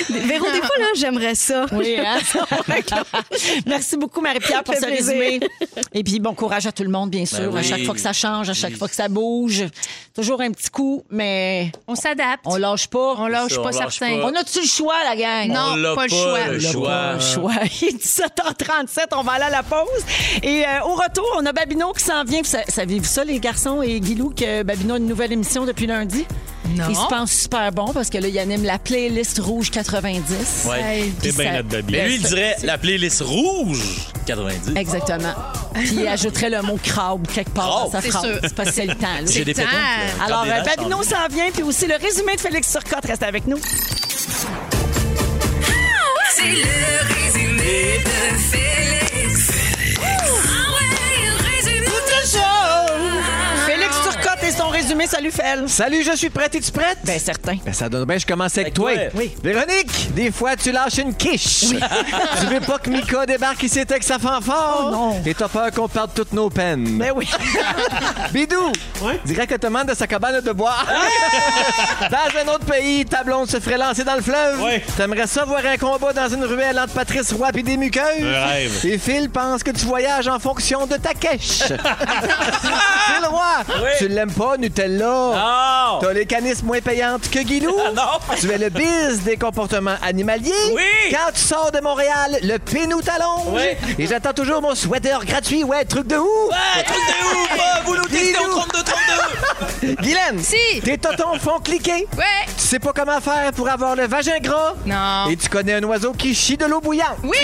I: Véro, des fois, là, j'aimerais ça.
A: Oui, hein? Merci beaucoup, Marie-Pierre, pour
I: Ça
A: ce
I: fait plaisir.
A: résumé. Et puis, bon courage à tout le monde, bien sûr.
E: Ben
A: À
E: oui.
A: chaque fois que ça change, à chaque
E: Oui.
A: fois que ça bouge. Toujours un petit coup, mais
C: On s'adapte.
A: Oh. on lâche pas. On
E: lâche
A: lâche
E: Ça, on
A: pas.
E: pas lâche certain. pas.
A: On a-tu le choix, la gang?
C: Non,
E: On l'a
C: pas le choix.
E: Le
A: On a pas
E: choix.
A: le choix. Il est 17h37, on va aller à la pause. Et euh, au retour, on a Babino qui s'en vient. Vous sa- Savez-vous ça, les garçons et Guilou, que Babino a une nouvelle émission depuis lundi?
C: Non.
A: Il se pense super bon parce que là, il anime la playlist Rouge 90.
E: Ouais.
A: Puis
D: C'est bien
A: ça-
D: notre baby.
E: Mais Ben, lui, il dirait la playlist rouge 90.
A: Exactement. Puis il ajouterait le mot crabe quelque part dans sa
C: C'est
A: phrase.
C: sûr.
A: C'est parce que c'est le temps. là.
E: J'ai des
C: temps.
E: pétons. euh,
A: Alors,
E: Cardinal,
A: euh, Babino s'en vient, puis aussi le résumé de Félix Turcotte. Reste avec nous.
H: C'est le résumé de Félix. Ah ouais, le résumé.
A: Félix Turcotte et son résumé. Salut, Fel.
K: Salut, je suis prête, es-tu prête?
A: Ben, certain.
K: Ben, ça donne bien, je commence avec,
E: Avec
K: toi.
E: toi.
A: Oui.
K: Véronique, des fois, tu lâches une quiche. tu veux pas que Mika débarque ici avec sa fanfare.
A: Oh non.
K: Et t'as peur qu'on perde toutes nos peines.
A: Ben oui.
K: Bidou,
D: Ouais.
K: directement de sa cabane de bois. dans un autre pays, ta blonde se ferait lancer dans le fleuve.
D: Ouais.
K: T'aimerais ça voir un combat dans une ruelle entre Patrice Roy et des muqueuses.
D: Un rêve.
K: Et Phil pense que tu voyages en fonction de ta quiche. Phil Roy, tu l'aimes pas, Nutella.
E: Non!
K: T'as les canisses moins payantes que Guilou.
E: Ah non!
K: Tu es le bis des comportements animaliers.
E: Oui.
K: Quand tu sors de Montréal, le pinou t'allonge.
E: Oui.
K: Et j'attends toujours mon sweater gratuit. Ouais, truc de ouf.
E: Ouais, truc de ouf! Pas, vous nous textez au
K: Dis-nous.
E: 32 32!
K: Guylaine,
C: Si.
K: tes totons font cliquer.
C: Ouais.
K: Tu sais pas comment faire pour avoir le vagin gras.
C: Non.
K: Et tu connais un oiseau qui chie de l'eau bouillante.
C: Oui!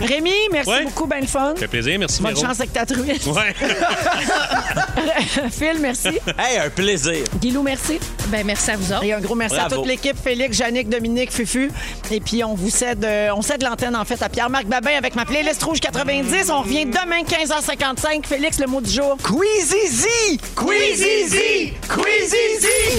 A: Rémi, merci
D: Ouais.
A: beaucoup, ben le fun.
D: Ça fait plaisir, merci,
A: Bonne
D: Véro.
A: chance avec ta truelle.
D: Ouais.
A: Phil, merci.
E: Hey, un plaisir!
A: Guilou, merci.
C: Ben merci à vous autres.
A: Et un gros merci à
E: Bravo.
A: toute l'équipe, Félix, Yannick, Dominique, Fufu. Et puis, on vous cède, euh, on cède l'antenne, en fait, à Pierre-Marc Babin avec ma playlist Rouge 90. On revient demain, 15h55. Félix, le mot du jour.
K: Queasy! Queasy! Queasy!